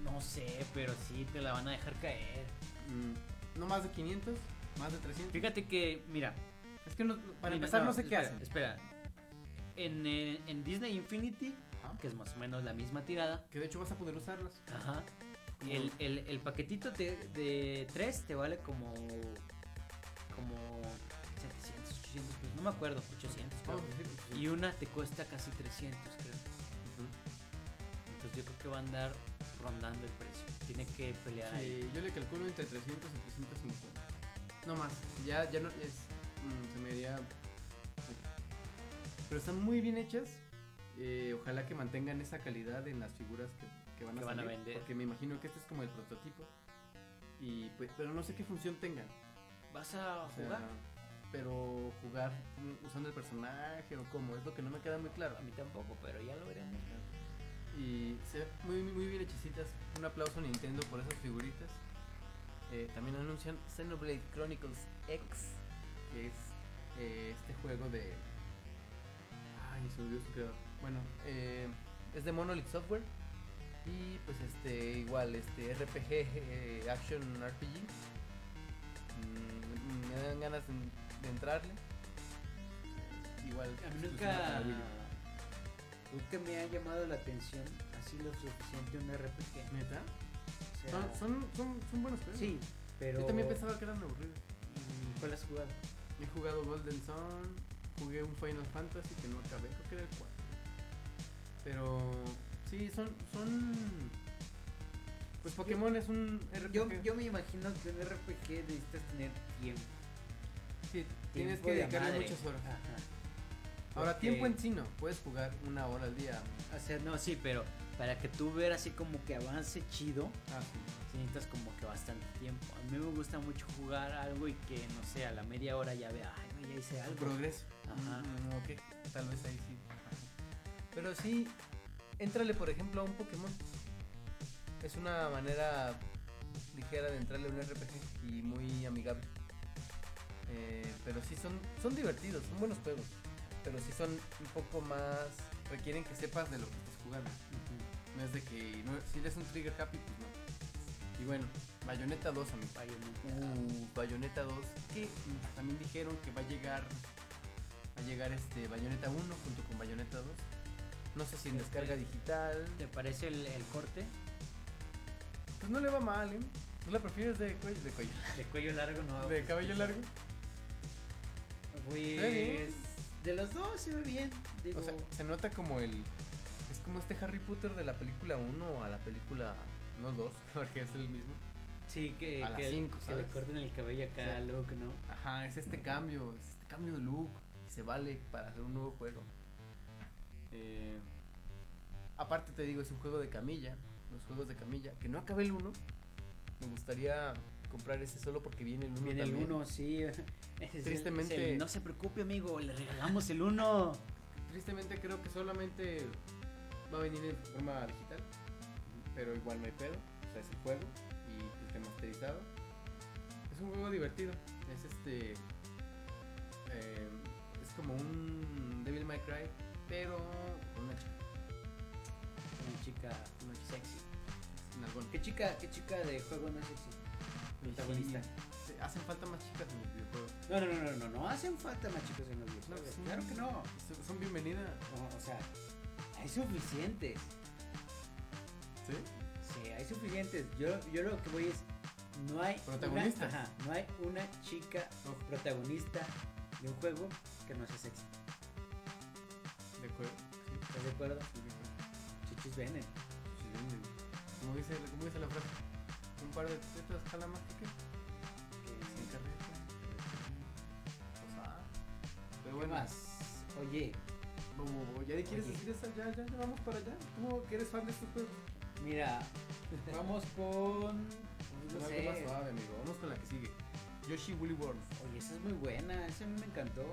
Speaker 1: No sé, pero sí te la van a dejar caer.
Speaker 2: Mm, ¿No más de 500? ¿Más de 300?
Speaker 1: Fíjate que, mira,
Speaker 2: Es que no- no- para
Speaker 1: Mira,
Speaker 2: empezar no, sé qué
Speaker 1: espera,
Speaker 2: hacen.
Speaker 1: Espera. En, eh, en Disney Infinity,
Speaker 2: Ajá.
Speaker 1: que es más o menos la misma tirada,
Speaker 2: Que de hecho vas a poder usarlas.
Speaker 1: ajá, el, el, el paquetito de, de 3 te vale como. como. 700, 800 pesos, no me acuerdo, 800 creo.
Speaker 2: Vamos a decir, pues,
Speaker 1: Y una te cuesta casi 300, creo. Entonces yo creo que va a andar rondando el precio. Tiene que pelear ahí.
Speaker 2: Sí, Eh, yo le calculo entre 300 y 350. No más, ya, ya no es. mm, se me haría. Pero están muy bien hechas. eh, ojalá que mantengan esa calidad en las figuras que, que van, a,
Speaker 1: Que van a
Speaker 2: salir,
Speaker 1: vender.
Speaker 2: Porque me imagino que este es como el prototipo. Y pues, pero no sé qué función tengan.
Speaker 1: ¿Vas a
Speaker 2: o sea,
Speaker 1: jugar?
Speaker 2: pero jugar mm, usando el personaje o cómo, es lo que no me queda muy claro.
Speaker 1: A mí tampoco, pero ya lo veremos. ¿no?
Speaker 2: Y se ven muy, muy bien hechicitas. Un aplauso a Nintendo por esas figuritas. Eh, también anuncian Xenoblade Chronicles X, que es eh, este juego de. Ay, se me olvidó su creador. Bueno, eh, es de Monolith Software. Y pues este, igual, este RPG, eh, Action RPG. Mm, me dan ganas de, de entrarle. Igual, pues,
Speaker 1: A mí
Speaker 2: exclusivo para
Speaker 1: nunca,
Speaker 2: Wii U.
Speaker 1: nunca me ha llamado la atención así lo suficiente un RPG.
Speaker 2: ¿Neta?
Speaker 1: O sea,
Speaker 2: Son, son, son, son buenos juegos.
Speaker 1: sí, pero.
Speaker 2: Yo también pensaba que eran aburridos.
Speaker 1: Mm, ¿Cuál has jugado?
Speaker 2: He jugado Golden Sun, jugué un Final Fantasy que no acabé, creo que era el 4. Pero sí, son son pues Pokémon es un RPG.
Speaker 1: Yo, yo me imagino que un RPG necesitas tener tiempo.
Speaker 2: Sí, tienes
Speaker 1: tiempo
Speaker 2: que
Speaker 1: de
Speaker 2: dedicarle
Speaker 1: madre.
Speaker 2: muchas horas.
Speaker 1: Ajá.
Speaker 2: Ahora,
Speaker 1: Porque-
Speaker 2: tiempo en sí no, puedes jugar una hora al día.
Speaker 1: O sea, no, sí, pero para que tú veas así como que avance chido,
Speaker 2: Ah, sí.
Speaker 1: sí necesitas como que bastante tiempo. A mí me gusta mucho jugar algo y que, no sé, a la media hora ya vea, ay, no, ya hice
Speaker 2: Al
Speaker 1: algo.
Speaker 2: progreso.
Speaker 1: Ajá.
Speaker 2: Mm, ok, tal vez ahí sí. Pero sí, entrale por ejemplo a un Pokémon. Es una manera ligera de entrarle a un RPG y muy amigable. Eh, pero sí son, son divertidos, son buenos juegos. Pero sí son un poco más. requieren que sepas de lo que estás jugando.
Speaker 1: Ujú.
Speaker 2: No es de que. no- si eres un trigger happy, pues no. Y bueno, Bayonetta 2 a mi parecer.
Speaker 1: Bayonetta.
Speaker 2: Uh, Bayonetta 2, que mm, también dijeron que va a llegar va a llegar este Bayonetta 1 junto con Bayonetta 2. No sé si en
Speaker 1: Ok.
Speaker 2: descarga digital.
Speaker 1: ¿Te parece el, el corte?
Speaker 2: Pues no le va mal, ¿eh? ¿No la prefieres de cuello? Ah, De, cuello.
Speaker 1: De cuello largo no.
Speaker 2: de cabello largo.
Speaker 1: Pues. De los dos se ve bien. Digo,
Speaker 2: O sea, se nota como el es como este Harry Potter de la película 1 a la película no 2, porque es el mismo.
Speaker 1: sí, que,
Speaker 2: a las
Speaker 1: que,
Speaker 2: cinco,
Speaker 1: que
Speaker 2: ¿sabes?
Speaker 1: le corten el cabello acá
Speaker 2: Sí.
Speaker 1: loco, ¿no?
Speaker 2: Ajá, es este cambio, es este cambio de look. Se vale para hacer un nuevo juego. Eh, aparte te digo, es un juego de camilla. Los juegos de camilla. Que no acabé el 1. Me gustaría comprar ese solo porque viene el 1
Speaker 1: Viene el
Speaker 2: también.
Speaker 1: uno, sí. Es el-
Speaker 2: Tristemente-
Speaker 1: es el, no se preocupe, amigo, le regalamos el uno.
Speaker 2: Tristemente creo que solamente va a venir en forma digital. Pero igual no hay pedo. O sea, es el juego y pues, está masterizado. Es un juego divertido. Es este. eh, es como un Devil May Cry, pero con una chica,
Speaker 1: Una chica
Speaker 2: una chica
Speaker 1: sexy.
Speaker 2: en algún
Speaker 1: ¿Qué chica, qué chica de juego no es sexy?
Speaker 2: protagonista. Se- Hacen falta más chicas en los videojuegos.
Speaker 1: No, no, no, no, no, no hacen falta más chicos en los
Speaker 2: No,
Speaker 1: videojuegos.
Speaker 2: son-
Speaker 1: claro que no.
Speaker 2: son- Son bienvenidas.
Speaker 1: No, O sea, hay suficientes.
Speaker 2: ¿Sí?
Speaker 1: Sí, hay suficientes. Yo, yo lo que voy es. No hay. una-
Speaker 2: Protagonistas.
Speaker 1: ajá, no hay una chica
Speaker 2: Ojo.
Speaker 1: protagonista de un juego que no sea sexy.
Speaker 2: De acuerdo.
Speaker 1: ¿Estás de acuerdo?
Speaker 2: Sí, de acuerdo.
Speaker 1: Chichis venen.
Speaker 2: Sí, venden. Como dice, como dice la frase, un par de tetas jala más que qué. Sin
Speaker 1: ¿Qué,
Speaker 2: carreta. Pues, ah. Pero
Speaker 1: qué
Speaker 2: bueno,
Speaker 1: más? Oye,
Speaker 2: Bobo, ya de- quieres
Speaker 1: Oye.
Speaker 2: decir esa, ya, ya, ya vamos para allá. ¿Cómo que eres fan de este estos juegos?
Speaker 1: mira, vamos con.
Speaker 2: Vamos
Speaker 1: No
Speaker 2: con
Speaker 1: sé.
Speaker 2: Pues, algo más suave, amigo. Vamos con la que sigue. Yoshi Woolly World.
Speaker 1: Oye, esa es muy buena, esa a mí me encantó.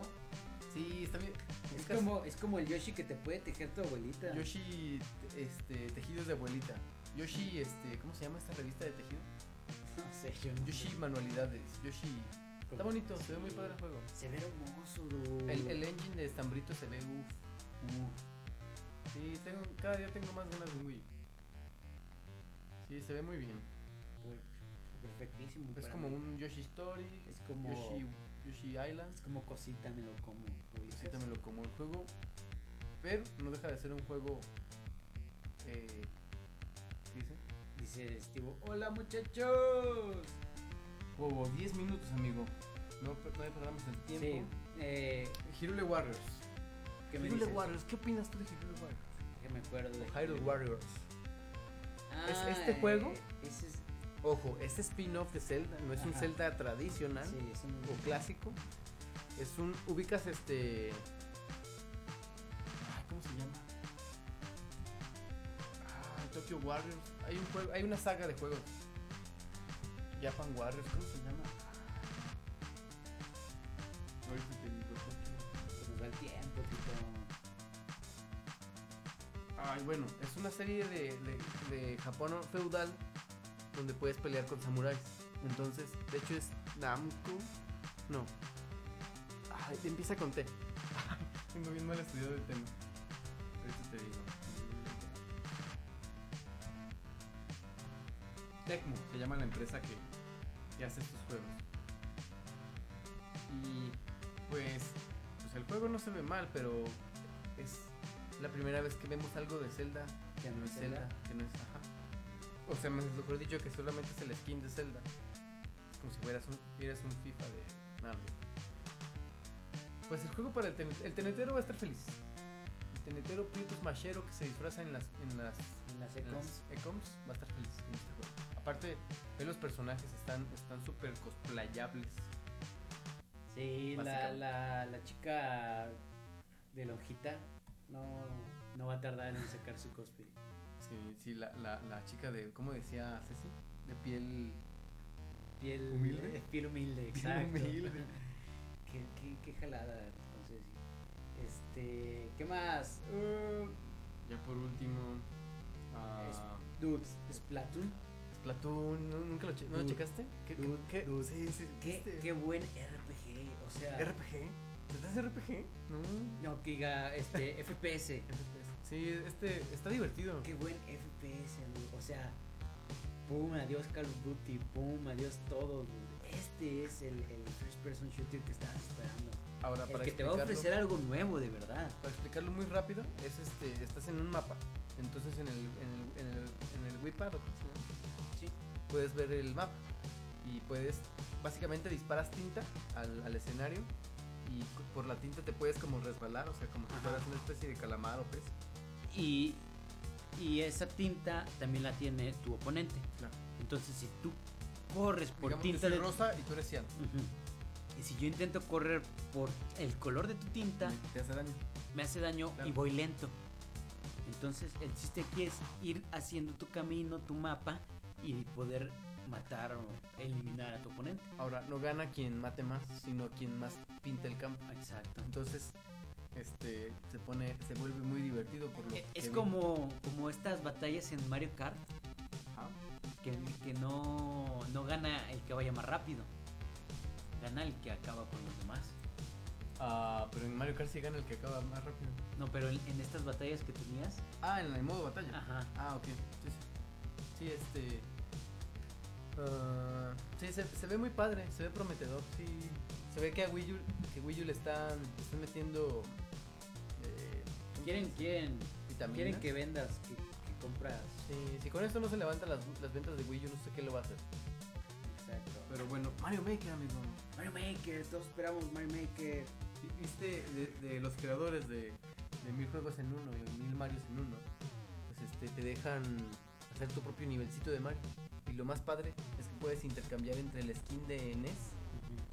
Speaker 2: Sí, está bien.
Speaker 1: Es
Speaker 2: Buscas
Speaker 1: como, es como el Yoshi que te puede tejer tu abuelita.
Speaker 2: Yoshi este, tejidos de abuelita. Yoshi, este, ¿cómo se llama esta revista de tejido?
Speaker 1: No sé, yo no
Speaker 2: Yoshi
Speaker 1: sé.
Speaker 2: manualidades. Yoshi Está bonito, se ve muy padre el juego.
Speaker 1: Se ve hermoso,
Speaker 2: El, el engine de estambrito se ve uff.
Speaker 1: Mm,
Speaker 2: Sí, tengo, cada día tengo más ganas de un Wii. Sí, se ve muy bien.
Speaker 1: Perfectísimo.
Speaker 2: Es como un Yoshi Story,
Speaker 1: Es como.
Speaker 2: Yoshi, Yoshi Island.
Speaker 1: Es como cosita, me lo como. lo dices.
Speaker 2: Sí, también lo como el juego. Pero no deja de ser un juego. Eh, ¿Qué dice?
Speaker 1: Dice Steve: Hola, muchachos.
Speaker 2: Juego 10 minutos, amigo. No, per- no perdamos el tiempo.
Speaker 1: Sí. Eh,
Speaker 2: Hirule Warriors.
Speaker 1: ¿Qué me
Speaker 2: Hyrule
Speaker 1: dices?
Speaker 2: Warriors, ¿qué opinas tú de Hirule Warriors?
Speaker 1: Que me acuerdo de.
Speaker 2: Hyrule Warriors. ¿Es
Speaker 1: Ah,
Speaker 2: este juego?
Speaker 1: Ese es.
Speaker 2: Ojo, este spin-off de Zelda no es un
Speaker 1: Ajá.
Speaker 2: Zelda tradicional
Speaker 1: Sí, es un.
Speaker 2: o clásico. Es un. Ubicas este. Ay, ¿Cómo se llama? Ah, Tokyo Warriors. Hay, un juego, hay una saga de juegos. Japan Warriors, ¿cómo se llama? Ahorita te digo, Tokyo.
Speaker 1: Se nos va el tiempo, tipo.
Speaker 2: Ay, bueno, es una serie de, de- de Japón feudal donde puedes pelear con samuráis. Entonces, de hecho es Namco. No. Ay, empieza con T. Tengo bien mal estudiado el tema. Ahorita te digo. Tecmo, se llama la empresa que, que hace estos juegos. Y pues, pues el juego no se ve mal, pero es la primera vez que vemos algo de Zelda
Speaker 1: Que
Speaker 2: no es Zelda, que no es. Ajá. O sea, mejor dicho, que solamente es el skin de Zelda. Es como si fueras un, eres un FIFA de Naruto. Pues el juego para el, tene- el tenetero va a estar feliz. El tenetero prieto machero que se disfraza en las, en las,
Speaker 1: En las
Speaker 2: en las
Speaker 1: Ecoms.
Speaker 2: Ecoms va a estar feliz en este juego. Aparte, ve los personajes, están están súper cosplayables.
Speaker 1: Sí, la,
Speaker 2: Básicamente.
Speaker 1: la, la chica de la hojita no, no va a tardar en sacar su cosplay.
Speaker 2: Sí, sí, la, la, la chica de, ¿cómo decía Ceci? De piel
Speaker 1: Piel
Speaker 2: Humilde.
Speaker 1: eh, Piel humilde, exacto.
Speaker 2: humilde.
Speaker 1: qué, qué, qué jalada, entonces. sí. Este, ¿qué más? Uh,
Speaker 2: Ya por último. ah,
Speaker 1: dudes, Splatoon.
Speaker 2: Splatoon, ¿no- ¿nunca lo che- ¿no lo
Speaker 1: Dude.
Speaker 2: checaste? ¿Qué,
Speaker 1: Dude,
Speaker 2: qué-
Speaker 1: dude.
Speaker 2: Sí, sí,
Speaker 1: Qué,
Speaker 2: este-
Speaker 1: qué buen RPG, o sea,
Speaker 2: ¿RPG? ¿Estás RPG? No.
Speaker 1: no que diga este FPS.
Speaker 2: Sí, este está divertido.
Speaker 1: Qué buen FPS, dude, o sea, boom, adiós Call of Duty, boom, adiós todo. dude. Este es el, el first person shooter que estabas esperando.
Speaker 2: Ahora,
Speaker 1: El
Speaker 2: para
Speaker 1: que te va a
Speaker 2: explicarlo-
Speaker 1: ofrecer algo nuevo de verdad.
Speaker 2: Para explicarlo muy rápido, es este, estás en un mapa. Entonces en el, en el, en el, en el Wiipad, ¿o cómo se llama?
Speaker 1: Sí.
Speaker 2: puedes ver el mapa y puedes, básicamente disparas tinta al, al escenario y cu- por la tinta te puedes como resbalar, o sea, como si
Speaker 1: Ajá.
Speaker 2: fueras una especie de calamar o pez.
Speaker 1: Y, y esa tinta también la tiene tu oponente.
Speaker 2: Claro.
Speaker 1: Entonces, si tú corres por
Speaker 2: Digamos, yo
Speaker 1: tinta
Speaker 2: soy
Speaker 1: de
Speaker 2: rosa y tú eres cian.
Speaker 1: Ujú. Y si yo intento correr por el color de tu tinta,
Speaker 2: Te hace daño.
Speaker 1: me hace daño
Speaker 2: Claro.
Speaker 1: y voy lento. Entonces, el chiste aquí es ir haciendo tu camino, tu mapa y poder matar o eliminar a tu oponente.
Speaker 2: Ahora, no gana quien mate más, sino quien más pinta el campo.
Speaker 1: Exacto.
Speaker 2: Entonces, este, se pone, se vuelve muy divertido por lo
Speaker 1: E-
Speaker 2: que
Speaker 1: Es
Speaker 2: vi.
Speaker 1: como, como estas batallas en Mario Kart
Speaker 2: Ajá.
Speaker 1: que, que no, no gana el que vaya más rápido. Gana el que acaba con los demás.
Speaker 2: Ah, pero en Mario Kart sí gana el que acaba más rápido.
Speaker 1: No, pero en, en estas batallas que tenías.
Speaker 2: Ah, en el modo batalla.
Speaker 1: Ajá.
Speaker 2: Ah, ok. Sí, sí. Sí, este. ah, sí, se, se ve muy padre, se ve prometedor. Sí. Se ve que a Wii U, que Wii U le están, le están metiendo. eh, ¿cómo se
Speaker 1: Quieren,
Speaker 2: dice?
Speaker 1: quieren, quieren
Speaker 2: Vitaminas.
Speaker 1: que vendas, que, que compras.
Speaker 2: Sí, si con esto no se levantan las, las ventas de Wii U, no sé qué lo va a hacer.
Speaker 1: Exacto.
Speaker 2: Pero bueno, Mario Maker, amigo.
Speaker 1: Mario Maker, todos esperamos Mario Maker.
Speaker 2: Viste de, de los creadores de, de mil juegos en uno y mil Marios en uno, pues este, te dejan hacer tu propio nivelcito de Mario. Y lo más padre es que puedes intercambiar entre el skin de NES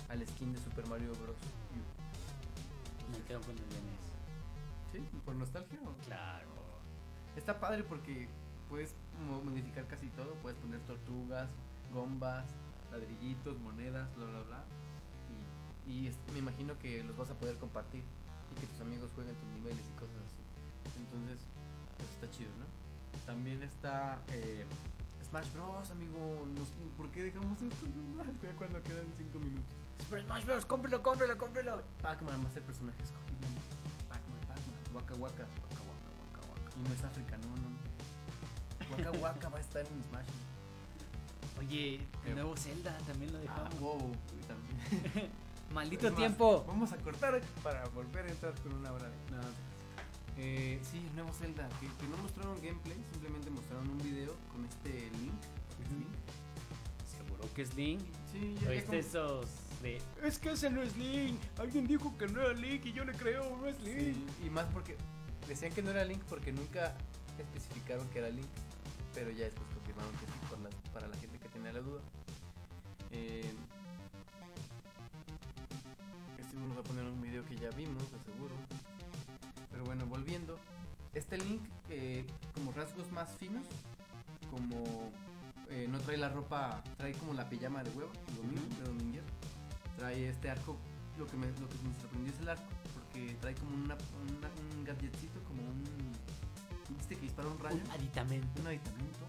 Speaker 2: al skin de Super Mario Bros. U.
Speaker 1: Me quedo con el de NES.
Speaker 2: ¿Sí? ¿Por nostalgia? o?
Speaker 1: Claro.
Speaker 2: Está padre porque puedes mo- modificar casi todo. Puedes poner tortugas, gombas, ladrillitos, monedas, bla, bla, bla. Y, y es- me imagino que los vas a poder compartir y que tus amigos jueguen tus niveles y cosas así. Entonces, pues está chido, ¿no? También está eh, Smash Bros, amigo. Nos- ¿Por qué dejamos esto? Vea cuando quedan 5 minutos.
Speaker 1: Super Smash Bros. Cómprelo, cómprelo, cómprelo.
Speaker 2: Pac-Man va a ser personaje escogido. Pac-Man, Pac-Man. Waka Waka. Waka Waka Waka Waka. Y no es África, no, no. Waka Waka va a estar en Smash.
Speaker 1: Oye,
Speaker 2: Eh.
Speaker 1: el nuevo Zelda también lo dejamos.
Speaker 2: wow. Uy, Ah, también.
Speaker 1: Maldito
Speaker 2: Es más,
Speaker 1: tiempo.
Speaker 2: Vamos a cortar para volver a entrar con una hora de. Nada. Eh, sí, el nuevo Zelda. Que, que no mostraron gameplay, simplemente mostraron un video con este link. Link.
Speaker 1: Seguro que es Link.
Speaker 2: Sí, ya- ya
Speaker 4: ¿Oíste
Speaker 2: como-
Speaker 4: esos de
Speaker 5: Es que ese no es Link. Alguien dijo que no era Link y yo le creo, no es Link.
Speaker 2: Sí, y más porque decían que no era Link porque nunca especificaron que era Link, pero ya después confirmaron que sí por la- para la gente que tenía la duda. Eh, este nos va a poner un video que ya vimos, de seguro. Pero bueno, volviendo. Este Link, eh, como rasgos más finos, como eh, no trae la ropa, trae como la pijama de huevo, de domingo, de dominguero. Trae este arco, lo que me, lo que me sorprendió es el arco, porque trae como una, una- un gadgetcito, como un... ¿Viste que dispara un rayo?
Speaker 1: Un aditamento.
Speaker 2: un aditamento.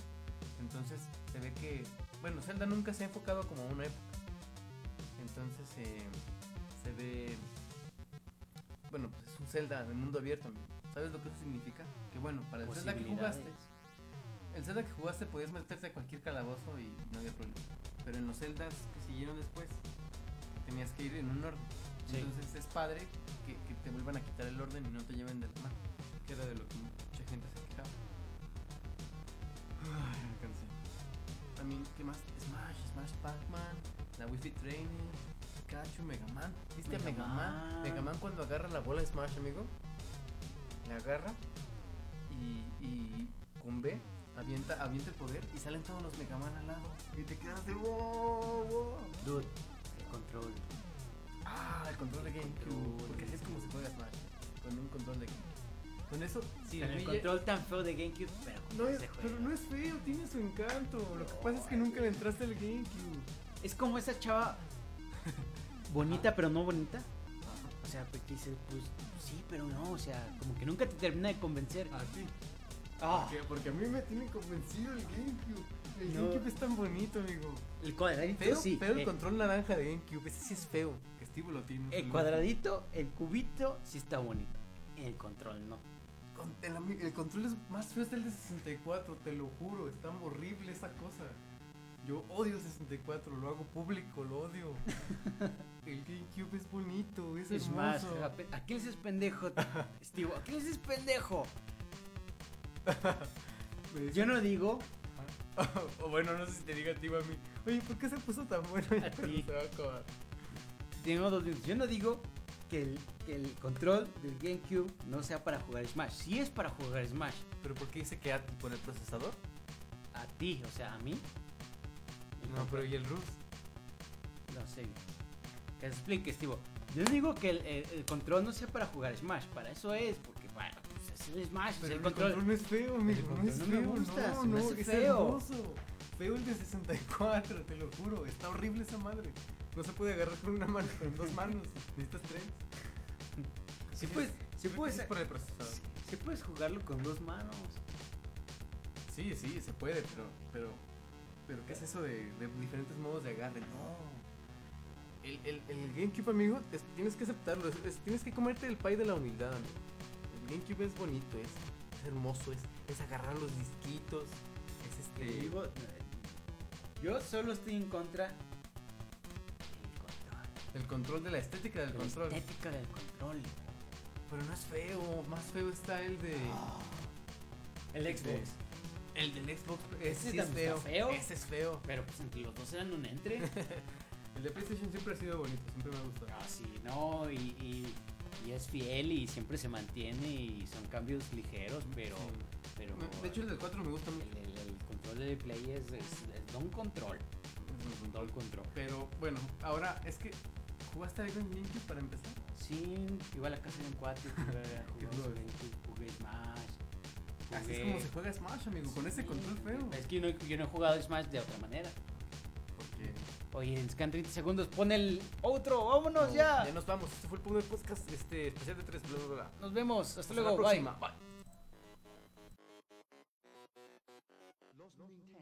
Speaker 2: Entonces se ve que, bueno, Zelda nunca se ha enfocado como a una época. Entonces eh, se ve, bueno, pues es un Zelda de mundo abierto. amigo. ¿Sabes lo que eso significa? Que bueno, para el Zelda que jugaste, el Zelda que jugaste podías meterte a cualquier calabozo y no había problema. Pero en los Zeldas que siguieron después, tenías que ir en un orden.
Speaker 1: Sí.
Speaker 2: Entonces es padre que, que te vuelvan a quitar el orden y no te lleven de la mano. Que era de lo que mucha gente se quejaba. Ay, me cansé. También, ¿qué más? Smash, Smash Pac-Man, la Wi-Fi Training, Pikachu, Mega Man. ¿Viste a
Speaker 1: Mega
Speaker 2: Mega Man?
Speaker 1: Man.
Speaker 2: Mega Man cuando agarra la bola de Smash, amigo. La agarra y, y con B avienta, avienta el poder y salen todos los Mega Man al lado. Y te quedas de wow, wow.
Speaker 1: Dude, el control.
Speaker 2: Ah, el control de GameCube.
Speaker 1: Control.
Speaker 2: Porque así es como se juega Smash. Con un control de GameCube. Con eso,
Speaker 1: Sí, el
Speaker 2: Luigi-
Speaker 1: control tan feo de GameCube, pero con
Speaker 2: E. No es,
Speaker 1: ese juego.
Speaker 2: pero no es feo, tiene su encanto. Lo que pasa es que nunca le entraste al GameCube.
Speaker 1: Es como esa chava bonita pero no bonita. O sea, pues que dices, pues sí, pero no, o sea, como que nunca te termina de convencer.
Speaker 2: ¿A ti?
Speaker 1: Ah,
Speaker 2: Porque a mí me tiene convencido el GameCube. El
Speaker 1: No.
Speaker 2: GameCube es tan bonito, amigo.
Speaker 1: el cuadradito
Speaker 2: Feo,
Speaker 1: sí.
Speaker 2: feo el
Speaker 1: eh,
Speaker 2: control naranja de GameCube. Ese sí es feo. Que Steve lo tiene.
Speaker 1: el cuadradito, el cubito sí está bonito. El control no.
Speaker 2: Con- El, ami- el control es más feo es el de 64, te lo juro. Es tan horrible esa cosa. Yo odio el 64, lo hago público, lo odio. el GameCube es bonito, es,
Speaker 1: Es más,
Speaker 2: hermoso.
Speaker 1: ape- ¿a quién es pendejo? Steve, ¿a quién es pendejo?
Speaker 2: Me-
Speaker 1: Yo no digo,
Speaker 2: o bueno, no sé si te diga a ti o a mí. Oye, ¿por qué se puso tan bueno?
Speaker 1: A
Speaker 2: Pero
Speaker 1: ti.
Speaker 2: se va a acabar.
Speaker 1: tengo dos minutos. Yo no digo que el, que el control del GameCube no sea para jugar Smash. Sí es para jugar Smash.
Speaker 2: ¿Pero por qué dice que ATI con el procesador?
Speaker 1: A ti, o sea, a mí. el
Speaker 2: No, pero
Speaker 1: control-
Speaker 2: ¿y el RUS?
Speaker 1: No sé. Que se explique, Steve. Yo no digo que el, el- el control no sea para jugar Smash. Para eso es, porque para, pues, es el Smash. es
Speaker 2: Pero
Speaker 1: el control.
Speaker 2: no es feo, amigo.
Speaker 1: El
Speaker 2: No es
Speaker 1: control
Speaker 2: feo,
Speaker 1: no me gusta,
Speaker 2: no,
Speaker 1: se me
Speaker 2: no,
Speaker 1: hace
Speaker 2: es
Speaker 1: feo.
Speaker 2: hermoso. Feo el de 64, te lo juro. Está horrible esa madre. No se puede agarrar con una mano, con dos manos. Necesitas tres.
Speaker 1: Sí, pues, sí
Speaker 2: Creo que
Speaker 1: puedes-
Speaker 2: sí es por el procesador.
Speaker 1: sí- sí puedes jugarlo con dos manos.
Speaker 2: Sí, sí, se puede, pero, pero, pero ¿qué es eso de, de diferentes modos de agarre? No. El, el, el GameCube, amigo, es- tienes que aceptarlo. es- es- tienes que comerte el pay de la humildad, amigo. El GameCube es bonito, es, es hermoso, es, es agarrar los disquitos, es
Speaker 1: Te
Speaker 2: este...
Speaker 1: digo, eh, yo solo estoy en contra del control.
Speaker 2: El control de la estética del
Speaker 1: de La
Speaker 2: control.
Speaker 1: estética del control.
Speaker 2: Pero no es feo, más feo está el de...
Speaker 1: El
Speaker 2: Sí,
Speaker 1: Xbox.
Speaker 2: sí. El del Xbox,
Speaker 1: Ese
Speaker 2: ese sí es
Speaker 1: también
Speaker 2: feo.
Speaker 1: está feo.
Speaker 2: Ese es feo.
Speaker 1: Pero pues entre los dos eran un entre.
Speaker 2: El de PlayStation siempre ha sido bonito, siempre me ha gustado.
Speaker 1: Ah, sí, no, y, y- y es fiel y siempre se mantiene y son cambios ligeros, pero...
Speaker 2: Sí.
Speaker 1: pero
Speaker 2: Me- De hecho, el del 4 me gusta mucho.
Speaker 1: el, el- el control de Play es, es, es Don Control. Don Control.
Speaker 2: Pero bueno, ahora es que jugaste algo en GameCube para empezar.
Speaker 1: Sí, iba a la casa de un cuate, jugué,
Speaker 2: Qué
Speaker 1: jugué,
Speaker 2: horror.
Speaker 1: Sonic, jugué Smash.
Speaker 2: Así es
Speaker 1: jugué-
Speaker 2: como se juega Smash, amigo, con ese
Speaker 1: Sí,
Speaker 2: control feo.
Speaker 1: Es que yo no, yo no he jugado Smash de otra manera.
Speaker 2: Porque
Speaker 1: Oye, nos quedan 30 segundos, pon el otro, vámonos ya.
Speaker 2: Ya nos vamos. Este fue el Pugner Podcast este, especial de 3. Bla, bla, bla.
Speaker 1: Nos vemos, hasta,
Speaker 2: Hasta la
Speaker 1: luego, bye.
Speaker 2: próxima. Bye.
Speaker 3: Los Nintendo.